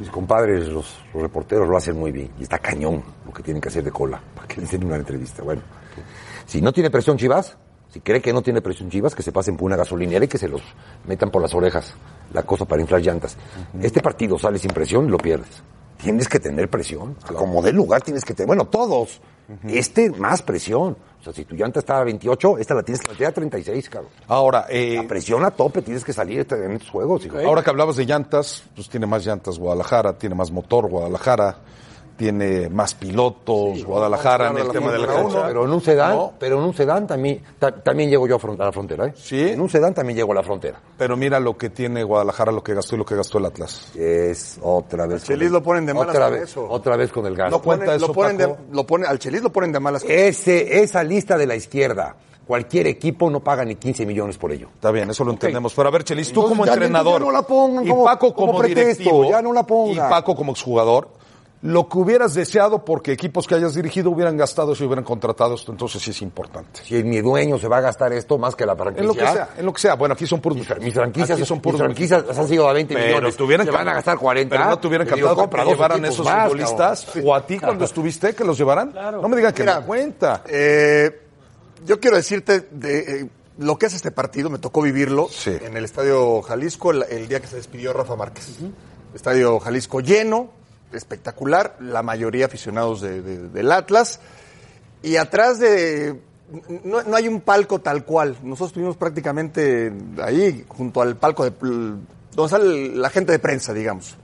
Speaker 5: mis compadres, los, los reporteros, lo hacen muy bien. Y está cañón lo que tienen que hacer de cola para que les den una entrevista. Bueno, si no tiene presión Chivas, si cree que no tiene presión Chivas, que se pasen por una gasolinera y que se los metan por las orejas. La cosa para inflar llantas. Este partido sale sin presión y lo pierdes. Tienes que tener presión. Como del lugar tienes que tener. Bueno, todos. Este más presión. O sea, si tu llanta está a 28, esta la tienes que meter a 36, cabrón.
Speaker 2: Ahora,
Speaker 5: La presión a tope, tienes que salir este- en estos juegos, hijo.
Speaker 2: Ahora que hablabas de llantas, pues tiene más llantas Guadalajara, tiene más motor Guadalajara, tiene más pilotos Guadalajara en el tema de la cancha.
Speaker 5: Pero en un sedán,
Speaker 2: No.
Speaker 5: pero en un sedán también, ta- también llego yo a, fron- a la frontera, ¿eh? Sí. En un sedán también llego a la frontera.
Speaker 2: Pero mira lo que tiene Guadalajara, lo que gastó y lo que gastó el Atlas.
Speaker 5: Es otra vez.
Speaker 4: Chelis lo ponen de malas
Speaker 5: otra
Speaker 4: por
Speaker 5: vez,
Speaker 4: eso.
Speaker 5: Otra vez con el gasto.
Speaker 4: Lo ponen, lo ponen de, lo ponen- al Chelis lo ponen de malas.
Speaker 5: Ese, esa lista de la izquierda, cualquier equipo no paga ni 15 millones por ello.
Speaker 2: Está bien, eso lo entendemos. Pero a ver, Chelis, tú
Speaker 5: Entonces,
Speaker 2: como
Speaker 5: ya no-
Speaker 2: entrenador.
Speaker 5: ya no la pongan
Speaker 2: y
Speaker 5: como-
Speaker 2: Paco
Speaker 5: como
Speaker 2: como,
Speaker 5: pretexto,
Speaker 2: directivo.
Speaker 5: ya no la pongan.
Speaker 2: Y Paco como exjugador. Lo que hubieras deseado porque equipos que hayas dirigido hubieran gastado eso y hubieran contratado esto, entonces sí es importante.
Speaker 5: Si mi dueño se va a gastar esto más que la franquicia.
Speaker 2: En lo que sea, en lo que sea. Bueno, aquí son puros. Mis,
Speaker 5: franquicias- mis franquicias han sido a 20
Speaker 2: pero
Speaker 5: millones.
Speaker 2: Tuvieran
Speaker 5: Se
Speaker 2: cap-
Speaker 5: van a gastar 40.
Speaker 2: Pero no tuvieran
Speaker 5: Te digo,
Speaker 2: captado
Speaker 5: compra
Speaker 2: que
Speaker 5: dos
Speaker 2: llevaran
Speaker 5: equipos
Speaker 2: esos
Speaker 5: más,
Speaker 2: futbolistas.
Speaker 5: cabrón.
Speaker 2: O a ti cuando estuviste, que los llevaran. No me digan que
Speaker 4: Mira,
Speaker 2: no cuenta.
Speaker 4: Eh, yo quiero decirte de eh, lo que es este partido, me tocó vivirlo
Speaker 2: Sí.
Speaker 4: en el Estadio Jalisco el, el día que se despidió Rafa Márquez. Estadio Jalisco lleno, espectacular, la mayoría aficionados de- de- del Atlas. Y atrás de... No, no hay un palco tal cual. Nosotros estuvimos prácticamente ahí, junto al palco de... pl- Donde sale la gente de prensa, digamos.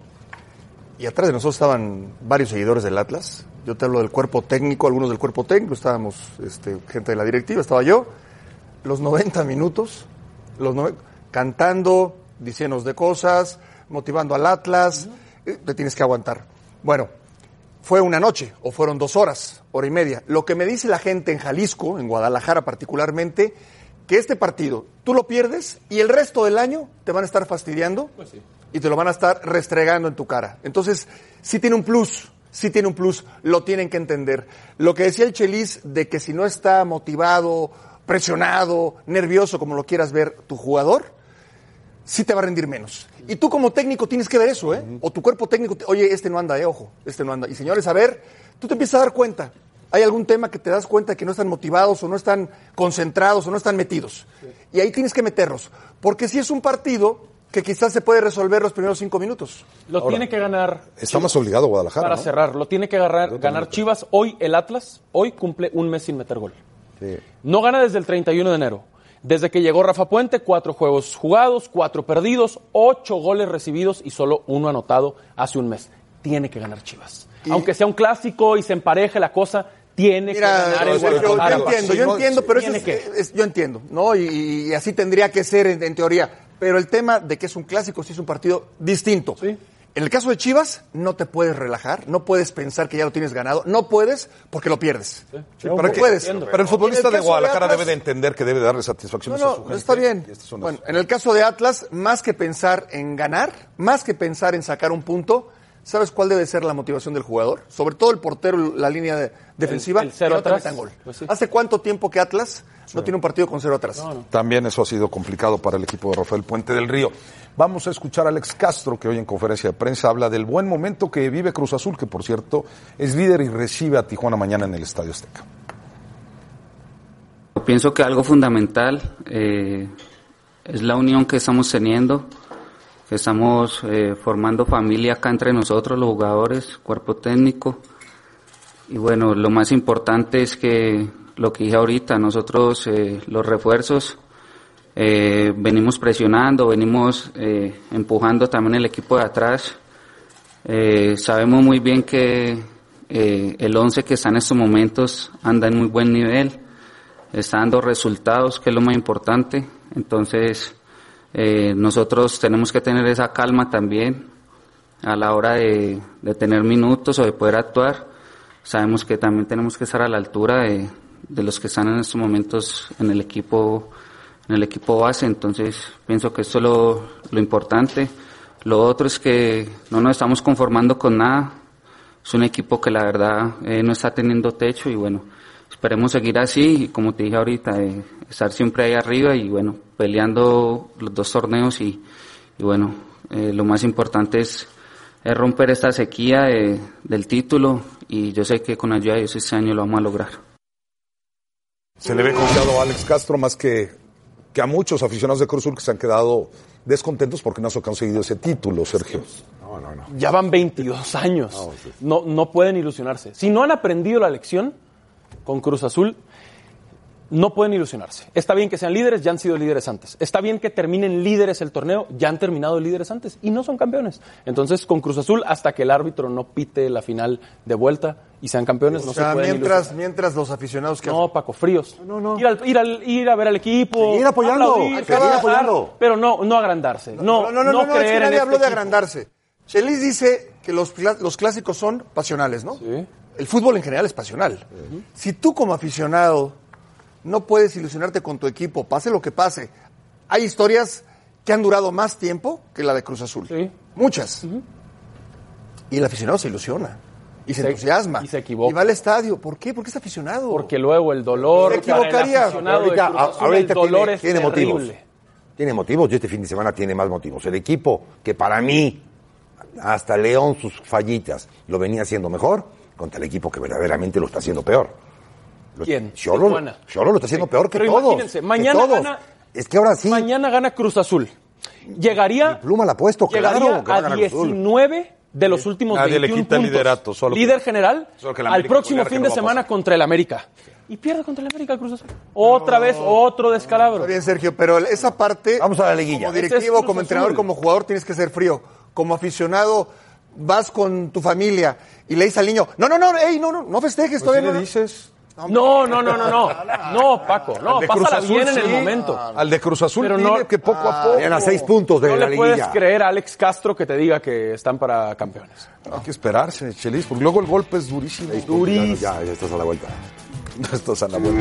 Speaker 4: Y atrás de nosotros estaban varios seguidores del Atlas. Yo te hablo del cuerpo técnico, algunos del cuerpo técnico, estábamos este, gente de la directiva, estaba yo. Los 90 minutos, los nove- cantando, diciéndonos de cosas, motivando al Atlas, eh, te tienes que aguantar. Bueno, fue una noche, o fueron dos horas, hora y media. Lo que me dice la gente en Jalisco, en Guadalajara particularmente, que este partido tú lo pierdes y el resto del año te van a estar fastidiando y te lo van a estar restregando en tu cara. Entonces, sí tiene un plus, sí tiene un plus, lo tienen que entender. Lo que decía el Chelis de que si no está motivado, presionado, nervioso, como lo quieras ver, tu jugador, sí te va a rendir menos. Y tú como técnico tienes que ver eso, ¿eh? O tu cuerpo técnico, te- oye, este no anda, eh, ojo, este no anda. Y señores, a ver, tú te empiezas a dar cuenta. Hay algún tema que te das cuenta que no están motivados o no están concentrados o no están metidos. Y ahí tienes que meterlos. Porque si es un partido que quizás se puede resolver los primeros cinco minutos.
Speaker 3: Lo tiene que ganar
Speaker 2: Está más obligado Guadalajara.
Speaker 3: para
Speaker 2: ¿no?
Speaker 3: cerrar. Lo tiene que agarrar- ganar Chivas. Hoy el Atlas, hoy cumple un mes sin meter gol. No gana desde el 31 de enero. Desde que llegó Rafa Puente, cuatro juegos jugados, cuatro perdidos, ocho goles recibidos y solo uno anotado hace un mes. Tiene que ganar Chivas. Aunque sea un clásico y se empareje la cosa, tiene
Speaker 4: Mira,
Speaker 3: que ganar.
Speaker 4: Ah, yo,
Speaker 3: el
Speaker 4: yo- yo
Speaker 3: Guadalajara.
Speaker 4: entiendo, yo entiendo, pero eso
Speaker 3: Tiene
Speaker 4: es-
Speaker 3: que.
Speaker 4: es- yo entiendo, ¿no? Y, y así tendría que ser en, en teoría. Pero el tema de que es un clásico, sí es un partido distinto. En el caso de Chivas, no te puedes relajar, no puedes pensar que ya lo tienes ganado, no puedes porque lo pierdes.
Speaker 2: Pero
Speaker 4: pero
Speaker 2: que-
Speaker 4: puedes.
Speaker 2: Pero el futbolista
Speaker 4: En el
Speaker 2: de
Speaker 4: caso
Speaker 2: Guadalajara
Speaker 4: Atlas-
Speaker 2: debe de entender que debe darle satisfacciones a su
Speaker 4: no, no,
Speaker 2: gente.
Speaker 4: está bien.
Speaker 2: Y estas este son
Speaker 4: Bueno, en el caso de Atlas, más que pensar en ganar, más que pensar en sacar un punto, ¿Sabes cuál debe ser la motivación del jugador? Sobre todo el portero, la línea de- defensiva,
Speaker 3: El- el cero
Speaker 4: que no te
Speaker 3: atrás.
Speaker 4: metan gol.
Speaker 3: Pues sí.
Speaker 4: ¿Hace cuánto tiempo que Atlas no tiene un partido con cero atrás?
Speaker 2: También eso ha sido complicado para el equipo de Rafael Puente del Río. Vamos a escuchar a Alex Castro, que hoy en conferencia de prensa habla del buen momento que vive Cruz Azul, que por cierto es líder y recibe a Tijuana mañana en el Estadio Azteca.
Speaker 14: Pienso que algo fundamental eh, es la unión que estamos teniendo, que estamos eh, formando familia acá entre nosotros, los jugadores, cuerpo técnico. Y bueno, lo más importante es que lo que dije ahorita, nosotros eh, los refuerzos eh, venimos presionando, venimos eh, empujando también el equipo de atrás. Eh, sabemos muy bien que eh, el 11 que está en estos momentos anda en muy buen nivel está dando resultados, que es lo más importante. Entonces, eh, nosotros tenemos que tener esa calma también a la hora de, de tener minutos o de poder actuar. Sabemos que también tenemos que estar a la altura de, de los que están en estos momentos en el equipo en el equipo base, entonces pienso que esto es lo, lo importante. Lo otro es que no nos estamos conformando con nada, es un equipo que la verdad eh, no está teniendo techo y bueno, esperemos seguir así y como te dije ahorita, eh, estar siempre ahí arriba y bueno, peleando los dos torneos y, y bueno, eh, lo más importante es, es romper esta sequía eh, del título y yo sé que con ayuda de Dios este año lo vamos a lograr.
Speaker 2: Se le ve confiado a Alex Castro más que, que a muchos aficionados de Cruz Azul que se han quedado descontentos porque no se ha conseguido ese título, Sergio. Ah, No, no, no.
Speaker 3: Ya van 22 años. No, no pueden ilusionarse. Si no han aprendido la lección con Cruz Azul, no pueden ilusionarse. Está bien que sean líderes, ya han sido líderes antes. Está bien que terminen líderes el torneo, ya han terminado líderes antes y no son campeones. Entonces, con Cruz Azul, hasta que el árbitro no pite la final de vuelta y sean campeones, no
Speaker 4: o sea,
Speaker 3: se pueden
Speaker 4: mientras,
Speaker 3: ilusionar.
Speaker 4: mientras los aficionados que...
Speaker 3: No, Paco, fríos. Ir, al- ir al- ir a ver al equipo.
Speaker 4: Seguir apoyando,
Speaker 3: aplaudir,
Speaker 4: seguir
Speaker 3: abrazar,
Speaker 4: apoyando.
Speaker 3: Pero no, no agrandarse. No,
Speaker 4: No, no, no, no, es
Speaker 3: creer
Speaker 4: que
Speaker 3: en
Speaker 4: nadie
Speaker 3: este
Speaker 4: habló de
Speaker 3: equipo.
Speaker 4: agrandarse. Chelis dice que los, cla- los clásicos son pasionales, ¿no? El fútbol en general es pasional. Si tú como aficionado no puedes ilusionarte con tu equipo, pase lo que pase, hay historias que han durado más tiempo que la de Cruz Azul. Muchas. Y el aficionado se ilusiona. Y se,
Speaker 3: Se-
Speaker 4: entusiasma.
Speaker 3: y se equivoca.
Speaker 4: Y va al estadio. ¿Por qué? Porque es aficionado.
Speaker 3: Porque luego el dolor.
Speaker 4: Se equivocaría.
Speaker 5: Ahorita,
Speaker 3: ahorita, de Cruz Azul,
Speaker 5: ahorita
Speaker 3: el dolor
Speaker 5: tiene,
Speaker 3: es
Speaker 5: tiene
Speaker 3: terrible.
Speaker 5: motivos. Tiene motivos y este fin de semana tiene más motivos. El equipo que para mí, hasta León, sus fallitas, lo venía haciendo mejor, contra el equipo que verdaderamente lo está haciendo peor.
Speaker 3: ¿Quién?
Speaker 5: Cholo,
Speaker 3: Tijuana.
Speaker 5: Cholo lo está haciendo peor que
Speaker 3: Pero
Speaker 5: todos.
Speaker 3: imagínense,
Speaker 5: que
Speaker 3: mañana
Speaker 5: todos.
Speaker 3: gana-
Speaker 5: Es que ahora sí.
Speaker 3: Mañana gana Cruz Azul. Llegaría.
Speaker 5: Pluma la ha puesto, claro.
Speaker 3: Llegaría
Speaker 5: que va
Speaker 3: a
Speaker 5: ganar Cruz Azul.
Speaker 3: 19 de los últimos
Speaker 2: Nadie le
Speaker 3: 21
Speaker 2: quita el
Speaker 3: puntos.
Speaker 2: liderato, solo que-
Speaker 3: Líder general
Speaker 2: solo que el
Speaker 3: al
Speaker 2: América
Speaker 3: próximo
Speaker 2: golear, que
Speaker 3: fin
Speaker 2: no
Speaker 3: de
Speaker 2: va a
Speaker 3: semana contra el América. Y pierde contra el América Cruz Azul. Otra vez, otro descalabro.
Speaker 4: Está bien, Sergio, pero el- esa parte. Vamos a la liguilla. Como
Speaker 3: Ese es
Speaker 4: directivo,
Speaker 3: Cruz
Speaker 4: como
Speaker 3: Azul.
Speaker 4: entrenador, como jugador, tienes que ser frío. Como aficionado, vas con tu familia y le dices al niño: No, no, no, ey, no, no, no festejes todavía. no, no".
Speaker 2: dices?
Speaker 3: No, no, no, no, no. No, Paco, no,
Speaker 2: Al de Cruz
Speaker 3: pásala
Speaker 2: Azul,
Speaker 3: bien en el
Speaker 2: sí.
Speaker 3: momento.
Speaker 2: Al de Cruz Azul,
Speaker 3: Pero
Speaker 2: dile
Speaker 3: no-
Speaker 2: que poco a
Speaker 3: Ah,
Speaker 2: poco.
Speaker 3: eran a seis
Speaker 5: puntos
Speaker 3: No le puedes creer a Alex Castro que te diga que están para campeones.
Speaker 2: Hay que esperarse, Chelis, porque luego el golpe es durísimo.
Speaker 3: Durísimo.
Speaker 2: Ya, ya estás a la vuelta. *laughs* Ya estás a la vuelta.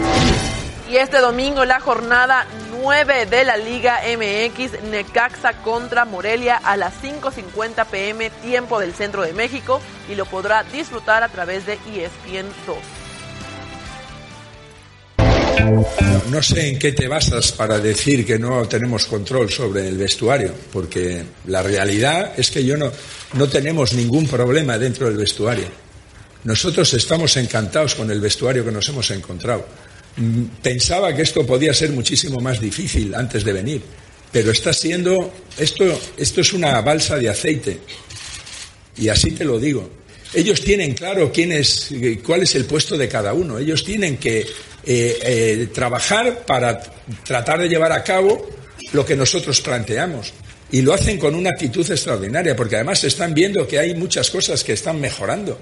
Speaker 15: Y este domingo la jornada 9 de la Liga MX Necaxa contra Morelia a las 5.50 pm tiempo del centro de México y lo podrá disfrutar a través de E ESPN 2.
Speaker 16: No sé en qué te basas para decir que no tenemos control sobre el vestuario, porque la realidad es que yo no, no tenemos ningún problema dentro del vestuario. Nosotros estamos encantados con el vestuario que nos hemos encontrado. Mm, Pensaba que esto podía ser muchísimo más difícil antes de venir, pero está siendo esto esto es una balsa de aceite. Y así te lo digo. Ellos tienen claro quién es, eh, cuál es el puesto de cada uno. Ellos tienen que eh, eh, trabajar para t- tratar de llevar a cabo lo que nosotros planteamos. Y lo hacen con una actitud extraordinaria, porque además están viendo que hay muchas cosas que están mejorando.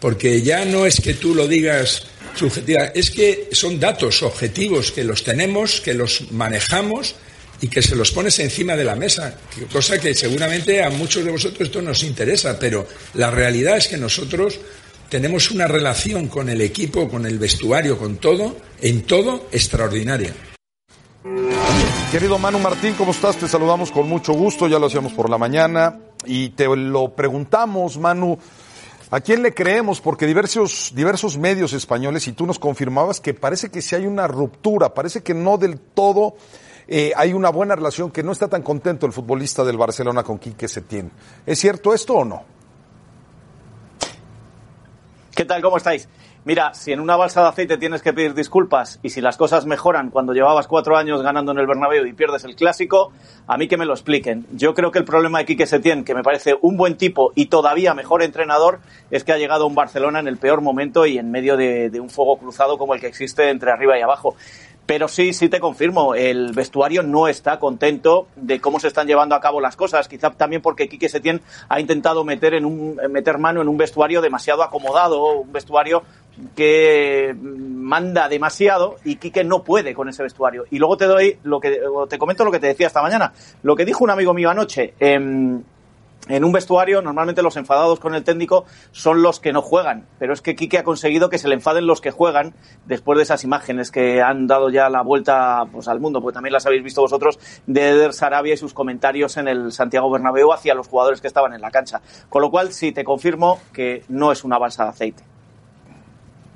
Speaker 16: Porque ya no es que tú lo digas subjetiva, es que son datos objetivos que los tenemos, que los manejamos y que se los pones encima de la mesa, que- cosa que seguramente a muchos de vosotros esto nos interesa, pero la realidad es que nosotros tenemos una relación con el equipo, con el vestuario, con todo, en todo extraordinaria.
Speaker 2: Querido Manu Martín, ¿cómo estás? Te saludamos con mucho gusto, ya lo hacíamos por la mañana. y te lo preguntamos, Manu, ¿a quién le creemos? Porque diversos, diversos medios españoles, y tú nos confirmabas que parece que sí hay una ruptura, parece que no del todo eh, hay una buena relación, que no está tan contento el futbolista del Barcelona con Quique Setién. ¿Es cierto esto o no?
Speaker 17: ¿Qué tal? ¿Cómo estáis? Mira, si en una balsa de aceite tienes que pedir disculpas y si las cosas mejoran cuando llevabas cuatro años ganando en el Bernabéu y pierdes el Clásico, a mí que me lo expliquen. Yo creo que el problema de Quique Setién, que me parece un buen tipo y todavía mejor entrenador, es que ha llegado a un Barcelona en el peor momento y en medio de, de un fuego cruzado como el que existe entre arriba y abajo. Pero sí, sí te confirmo, el vestuario no está contento de cómo se están llevando a cabo las cosas, quizá también porque Quique Setién ha intentado meter en un meter mano en un vestuario demasiado acomodado, un vestuario que manda demasiado y Quique no puede con ese vestuario. Y luego te doy lo que te comento lo que te decía esta mañana, lo que dijo un amigo mío anoche. em, en un vestuario, normalmente los enfadados con el técnico son los que no juegan, pero es que Quique ha conseguido que se le enfaden los que juegan después de esas imágenes que han dado ya la vuelta pues, al mundo, porque también las habéis visto vosotros, de Eder Sarabia y sus comentarios en el Santiago Bernabéu hacia los jugadores que estaban en la cancha. Con lo cual, sí, te confirmo que no es una balsa de aceite.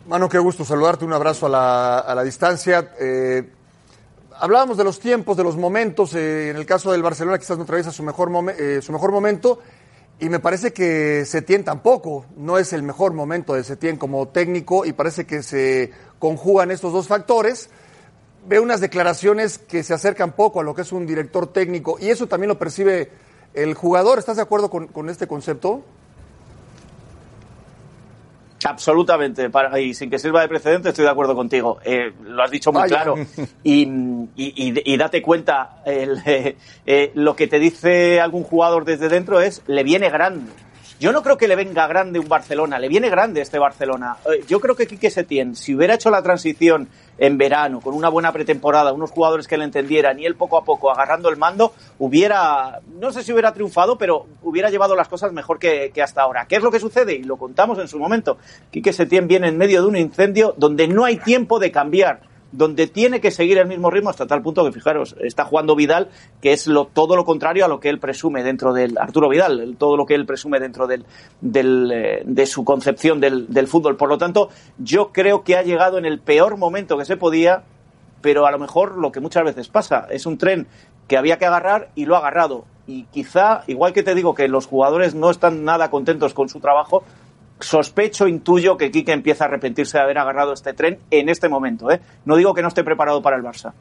Speaker 4: Mano, qué gusto saludarte, un abrazo a la, a la distancia. Eh, hablábamos de los tiempos, de los momentos, eh, en el caso del Barcelona quizás no atraviesa su mejor, momen- eh, su mejor momento y me parece que Setién tampoco, no es el mejor momento de Setién como técnico y parece que se conjugan estos dos factores. Veo unas declaraciones que se acercan poco a lo que es un director técnico y eso también lo percibe el jugador. ¿Estás de acuerdo con- con este concepto?
Speaker 17: Absolutamente, para- y sin que sirva de precedente, estoy de acuerdo contigo. Eh, lo has dicho muy
Speaker 4: Vaya.
Speaker 17: *laughs*
Speaker 14: *laughs*
Speaker 17: claro. Y, y- y- y date cuenta, el, *laughs* eh, eh, lo que te dice algún jugador desde dentro es, le viene grande. Yo no creo que le venga grande un Barcelona, le viene grande este Barcelona. Eh, Yo creo que Quique Setién, si hubiera hecho la transición en verano, con una buena pretemporada, unos jugadores que le entendieran y él poco a poco agarrando el mando, hubiera, no sé si hubiera triunfado, pero hubiera llevado las cosas mejor que, que hasta ahora. ¿Qué es lo que sucede? Y lo contamos en su momento. Quique Setién viene en medio de un incendio donde no hay tiempo de cambiar donde tiene que seguir el mismo ritmo hasta tal punto que, fijaros, está jugando Vidal, que es lo, todo lo contrario a lo que él presume dentro del, Arturo Vidal, el- todo lo que él presume dentro del, del, eh, de su concepción del, del fútbol. Por lo tanto, yo creo que ha llegado en el peor momento que se podía, pero a lo mejor lo que muchas veces pasa, es un tren que había que agarrar y lo ha agarrado. Y quizá, igual que te digo que los jugadores no están nada contentos con su trabajo, sospecho, intuyo que Quique empieza a arrepentirse de haber agarrado este tren en este momento. ¿eh? No digo que no esté preparado para el Barça.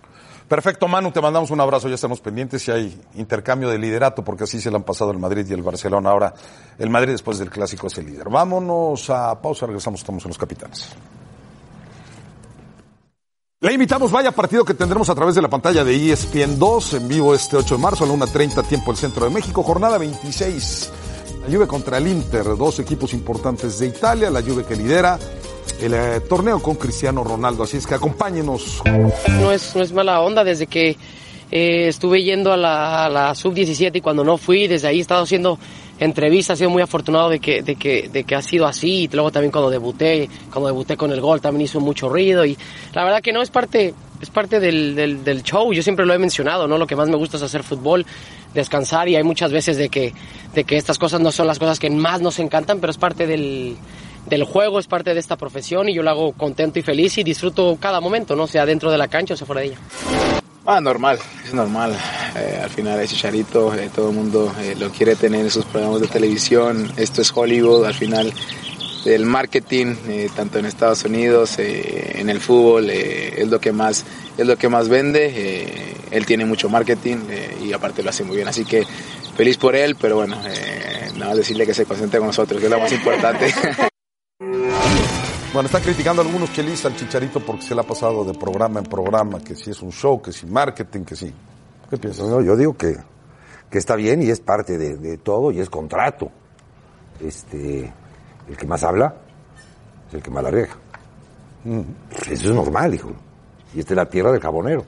Speaker 2: Perfecto, Manu, te mandamos un abrazo, ya estamos pendientes si hay intercambio de liderato, porque así se lo han pasado el Madrid y el Barcelona. Ahora, el Madrid después del clásico es el líder. Vámonos a pausa, regresamos, estamos en los capitanes. Le invitamos, vaya partido que tendremos a través de la pantalla de E ESPN 2 en vivo este 8 de marzo a la 1.30 tiempo el centro de México, jornada 26. La Juve contra el Inter, dos equipos importantes de Italia, la Juve que lidera el eh, torneo con Cristiano Ronaldo, así es que acompáñenos.
Speaker 18: No es, no es mala onda desde que eh, estuve yendo a la, a la sub-17 y cuando no fui, desde ahí he estado haciendo entrevistas, he sido muy afortunado de que, de, que, de que ha sido así y luego también cuando debuté, cuando debuté con el gol también hizo mucho ruido y la verdad que no es parte, es parte del, del, del show, yo siempre lo he mencionado, ¿no? Lo que más me gusta es hacer fútbol, descansar y hay muchas veces de que, de que estas cosas no son las cosas que más nos encantan, pero es parte del, del juego, es parte de esta profesión y yo la hago contento y feliz y disfruto cada momento, ¿no? Sea dentro de la cancha o sea fuera de ella.
Speaker 8: Ah, normal, es normal. Eh, al final es Chicharito, eh, todo el mundo eh, lo quiere tener en sus programas de televisión. Esto es Hollywood, al final el marketing, eh, tanto en Estados Unidos, eh, en el fútbol, eh, es lo que más es lo que más vende. Eh, él tiene mucho marketing eh, y aparte lo hace muy bien, así que feliz por él, pero bueno, eh, nada más decirle que se concentre con nosotros, que es lo más importante.
Speaker 2: Bueno, están criticando algunos chelis al chicharito porque se le ha pasado de programa en programa, que si es un show, que si marketing, que si. ¿Qué piensas?
Speaker 5: No, yo digo que, que está bien y es parte de, de todo y es contrato. Este, el que más habla es el que más la riega. Eso es normal, hijo. Y esta es la tierra del jabonero.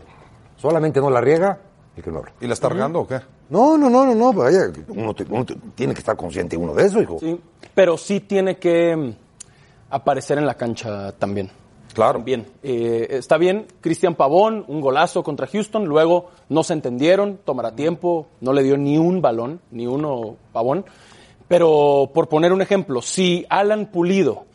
Speaker 5: Solamente no la riega el que no habla.
Speaker 2: ¿Y la está regando o qué?
Speaker 5: No, no, no, no, no, pues, vaya, uno, te- uno te- tiene que estar consciente uno de eso, hijo.
Speaker 3: Sí, pero sí tiene que mm, aparecer en la cancha también.
Speaker 2: Claro.
Speaker 3: Bien. Eh, está bien, Cristian Pavón, un golazo contra Houston, luego no se entendieron, tomará tiempo, no le dio ni un balón, ni uno Pavón. Pero por poner un ejemplo, si Alan Pulido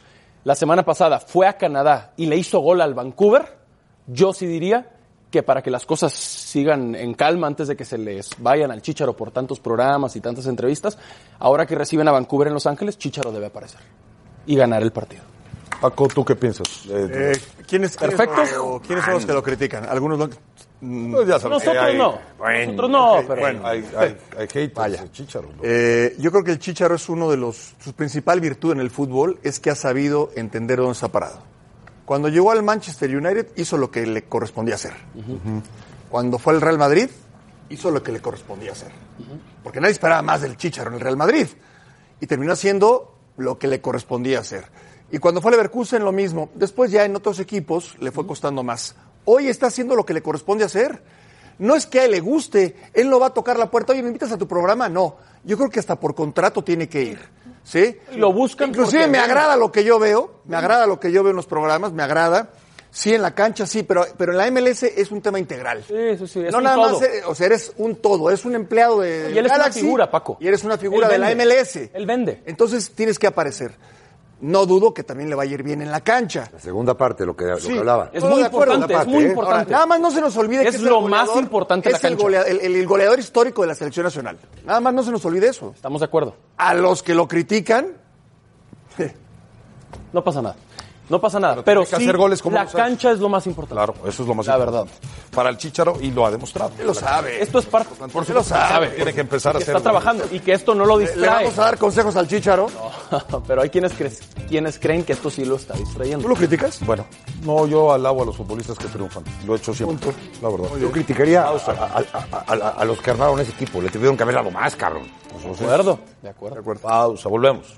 Speaker 3: la semana pasada fue a Canadá y le hizo gol al Vancouver, yo sí diría que para que las cosas sigan en calma antes de que se les vayan al Chicharo por tantos programas y tantas entrevistas, ahora que reciben a Vancouver en Los Ángeles, Chicharo debe aparecer y ganar el partido.
Speaker 2: Paco, ¿tú qué piensas?
Speaker 4: Eh, ¿Quiénes,
Speaker 3: Perfecto.
Speaker 4: quiénes o- quiénes son los que lo critican? Algunos lo... mm, eh,
Speaker 2: Pues ya sabes.
Speaker 4: Nosotros
Speaker 2: Hay-
Speaker 4: no.
Speaker 2: bueno,
Speaker 4: Nosotros no,
Speaker 2: hay-
Speaker 4: pero-
Speaker 2: bueno, hay, hay, hay haters,
Speaker 4: Vaya.
Speaker 2: Chícharo.
Speaker 4: Eh, yo creo que el Chicharo es uno de los. Su principal virtud en el fútbol es que ha sabido entender dónde está parado. Cuando llegó al Manchester United, hizo lo que le correspondía hacer. Cuando fue al Real Madrid, hizo lo que le correspondía hacer. Porque nadie esperaba más del Chicharo en el Real Madrid. Y terminó haciendo lo que le correspondía hacer. Y cuando fue a Leverkusen, lo mismo. Después, ya en otros equipos, le fue costando más. Hoy está haciendo lo que le corresponde hacer. No es que a él le guste, él no va a tocar la puerta, oye, ¿me invitas a tu programa? No, yo creo que hasta por contrato tiene que ir, ¿sí?
Speaker 3: Lo buscan
Speaker 4: Inclusive
Speaker 3: porque-
Speaker 4: me agrada lo que yo veo, me agrada lo que yo veo en los programas, me agrada. Sí, en la cancha sí, pero, pero en la MLS es un tema integral.
Speaker 3: es
Speaker 4: no
Speaker 3: un
Speaker 4: nada
Speaker 3: todo.
Speaker 4: más, eh, o sea, eres un todo, eres un empleado de
Speaker 3: Y él es una
Speaker 4: Galaxy,
Speaker 3: figura, Paco.
Speaker 4: Y eres una figura
Speaker 3: Él
Speaker 4: de la
Speaker 3: vende.
Speaker 4: MLS.
Speaker 3: Él vende.
Speaker 4: Entonces tienes que aparecer. No dudo que también le va a ir bien en la cancha.
Speaker 5: La segunda parte, lo que, lo
Speaker 4: Sí,
Speaker 5: que hablaba.
Speaker 4: estoy de acuerdo.
Speaker 5: Segunda parte, ¿eh?
Speaker 4: Ahora, nada más no se nos olvide
Speaker 3: Es
Speaker 4: que el
Speaker 3: lo más
Speaker 4: goleador-
Speaker 3: importante en
Speaker 4: es
Speaker 3: la
Speaker 4: el
Speaker 3: cancha.
Speaker 4: golea- el, el goleador histórico de la selección nacional. Nada más no se nos olvide eso.
Speaker 3: Estamos de acuerdo.
Speaker 4: A los que lo critican,
Speaker 3: No pasa nada. No pasa nada. Pero,
Speaker 2: tiene que
Speaker 3: sí,
Speaker 2: hacer goles como
Speaker 3: la
Speaker 2: nosotros.
Speaker 3: cancha es lo más importante.
Speaker 2: Claro, eso es lo más importante. Para el Chicharo y lo ha demostrado.
Speaker 4: Él lo sabe.
Speaker 3: Esto es parte.
Speaker 2: Por
Speaker 4: Él lo sabe.
Speaker 2: Tiene que empezar a
Speaker 3: Que
Speaker 2: hacer.
Speaker 3: está trabajando y que esto no lo
Speaker 4: le, le
Speaker 3: distrae.
Speaker 4: vamos a dar consejos al Chicharo.
Speaker 3: *laughs* Pero hay quienes, cre- quienes creen que esto sí lo está distrayendo.
Speaker 4: ¿Tú lo criticas?
Speaker 2: Bueno, no, yo alabo a los futbolistas que triunfan. Lo he hecho siempre. La verdad.
Speaker 5: Yo criticaría a, a- a- a- a los que armaron ese equipo. Le tuvieron que haber dado más, cabrón. Pues
Speaker 2: De acuerdo.
Speaker 3: De acuerdo.
Speaker 2: Pausa, volvemos.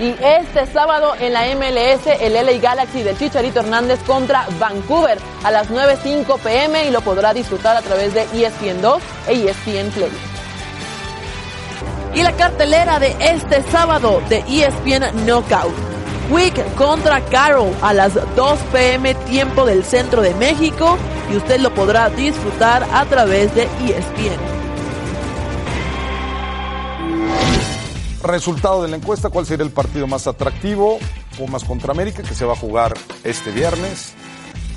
Speaker 15: Y este sábado en la MLS, el LA Galaxy del Chicharito Hernández contra Vancouver a las 9.05 pm y lo podrá disfrutar a través de ESPN2 e ESPN Play. Y la cartelera de este sábado de ESPN Knockout. Quick contra Carol a las 2 pm tiempo del centro de México y usted lo podrá disfrutar a través de E ESPN.
Speaker 2: Resultado de la encuesta, ¿cuál sería el partido más atractivo? Pumas contra América, que se va a jugar este viernes.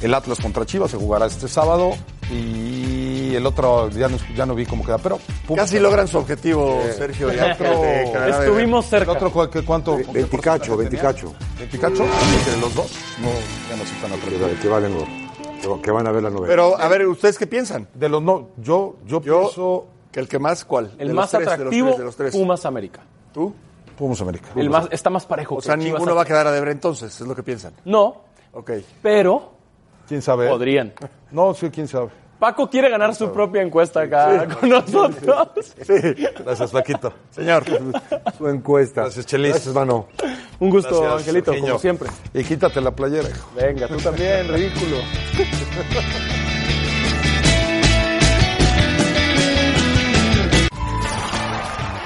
Speaker 2: El Atlas contra Chivas se jugará este sábado. Y el otro, ya no, ya no vi cómo queda, pero... Pumas-
Speaker 4: Casi logran su objetivo, Sergio.
Speaker 2: el
Speaker 4: ya.
Speaker 2: otro-
Speaker 4: Eh, Canadá,
Speaker 3: Estuvimos cerca.
Speaker 2: ¿El otro cu- qué- cuánto?
Speaker 5: Venticacho,
Speaker 2: Venticacho.
Speaker 5: venticacho.
Speaker 2: ¿Venticacho? Entre los dos. No, ya no se están
Speaker 5: Que, que valen los- que van a ver la novela.
Speaker 4: Pero, a ver, ¿ustedes qué piensan?
Speaker 2: De los no, yo, yo,
Speaker 4: pienso. ¿Que el que más cuál?
Speaker 3: El
Speaker 4: De los
Speaker 3: más
Speaker 4: tres, de los
Speaker 3: atractivo,
Speaker 4: tres, de los tres.
Speaker 3: Pumas América.
Speaker 4: ¿Tú?
Speaker 2: Pumas América.
Speaker 3: El más, está más parejo.
Speaker 4: O
Speaker 3: que
Speaker 4: sea,
Speaker 3: Chivas
Speaker 4: ninguno va a quedar a deber entonces, es lo que piensan.
Speaker 3: No,
Speaker 4: Ok.
Speaker 3: pero
Speaker 2: ¿Quién sabe?
Speaker 3: podrían.
Speaker 2: No, sí, quién sabe.
Speaker 3: Paco quiere ganar su propia encuesta acá
Speaker 2: Sí.
Speaker 5: *laughs*
Speaker 3: con nosotros.
Speaker 2: Gracias, Paquito.
Speaker 4: Señor.
Speaker 5: Su encuesta.
Speaker 2: Gracias, Chelis.
Speaker 5: Gracias, mano.
Speaker 3: Un gusto,
Speaker 2: Gracias,
Speaker 3: Angelito,
Speaker 2: Eugenio.
Speaker 3: como siempre.
Speaker 2: Y quítate la playera, hijo.
Speaker 3: Venga, tú también, ridículo.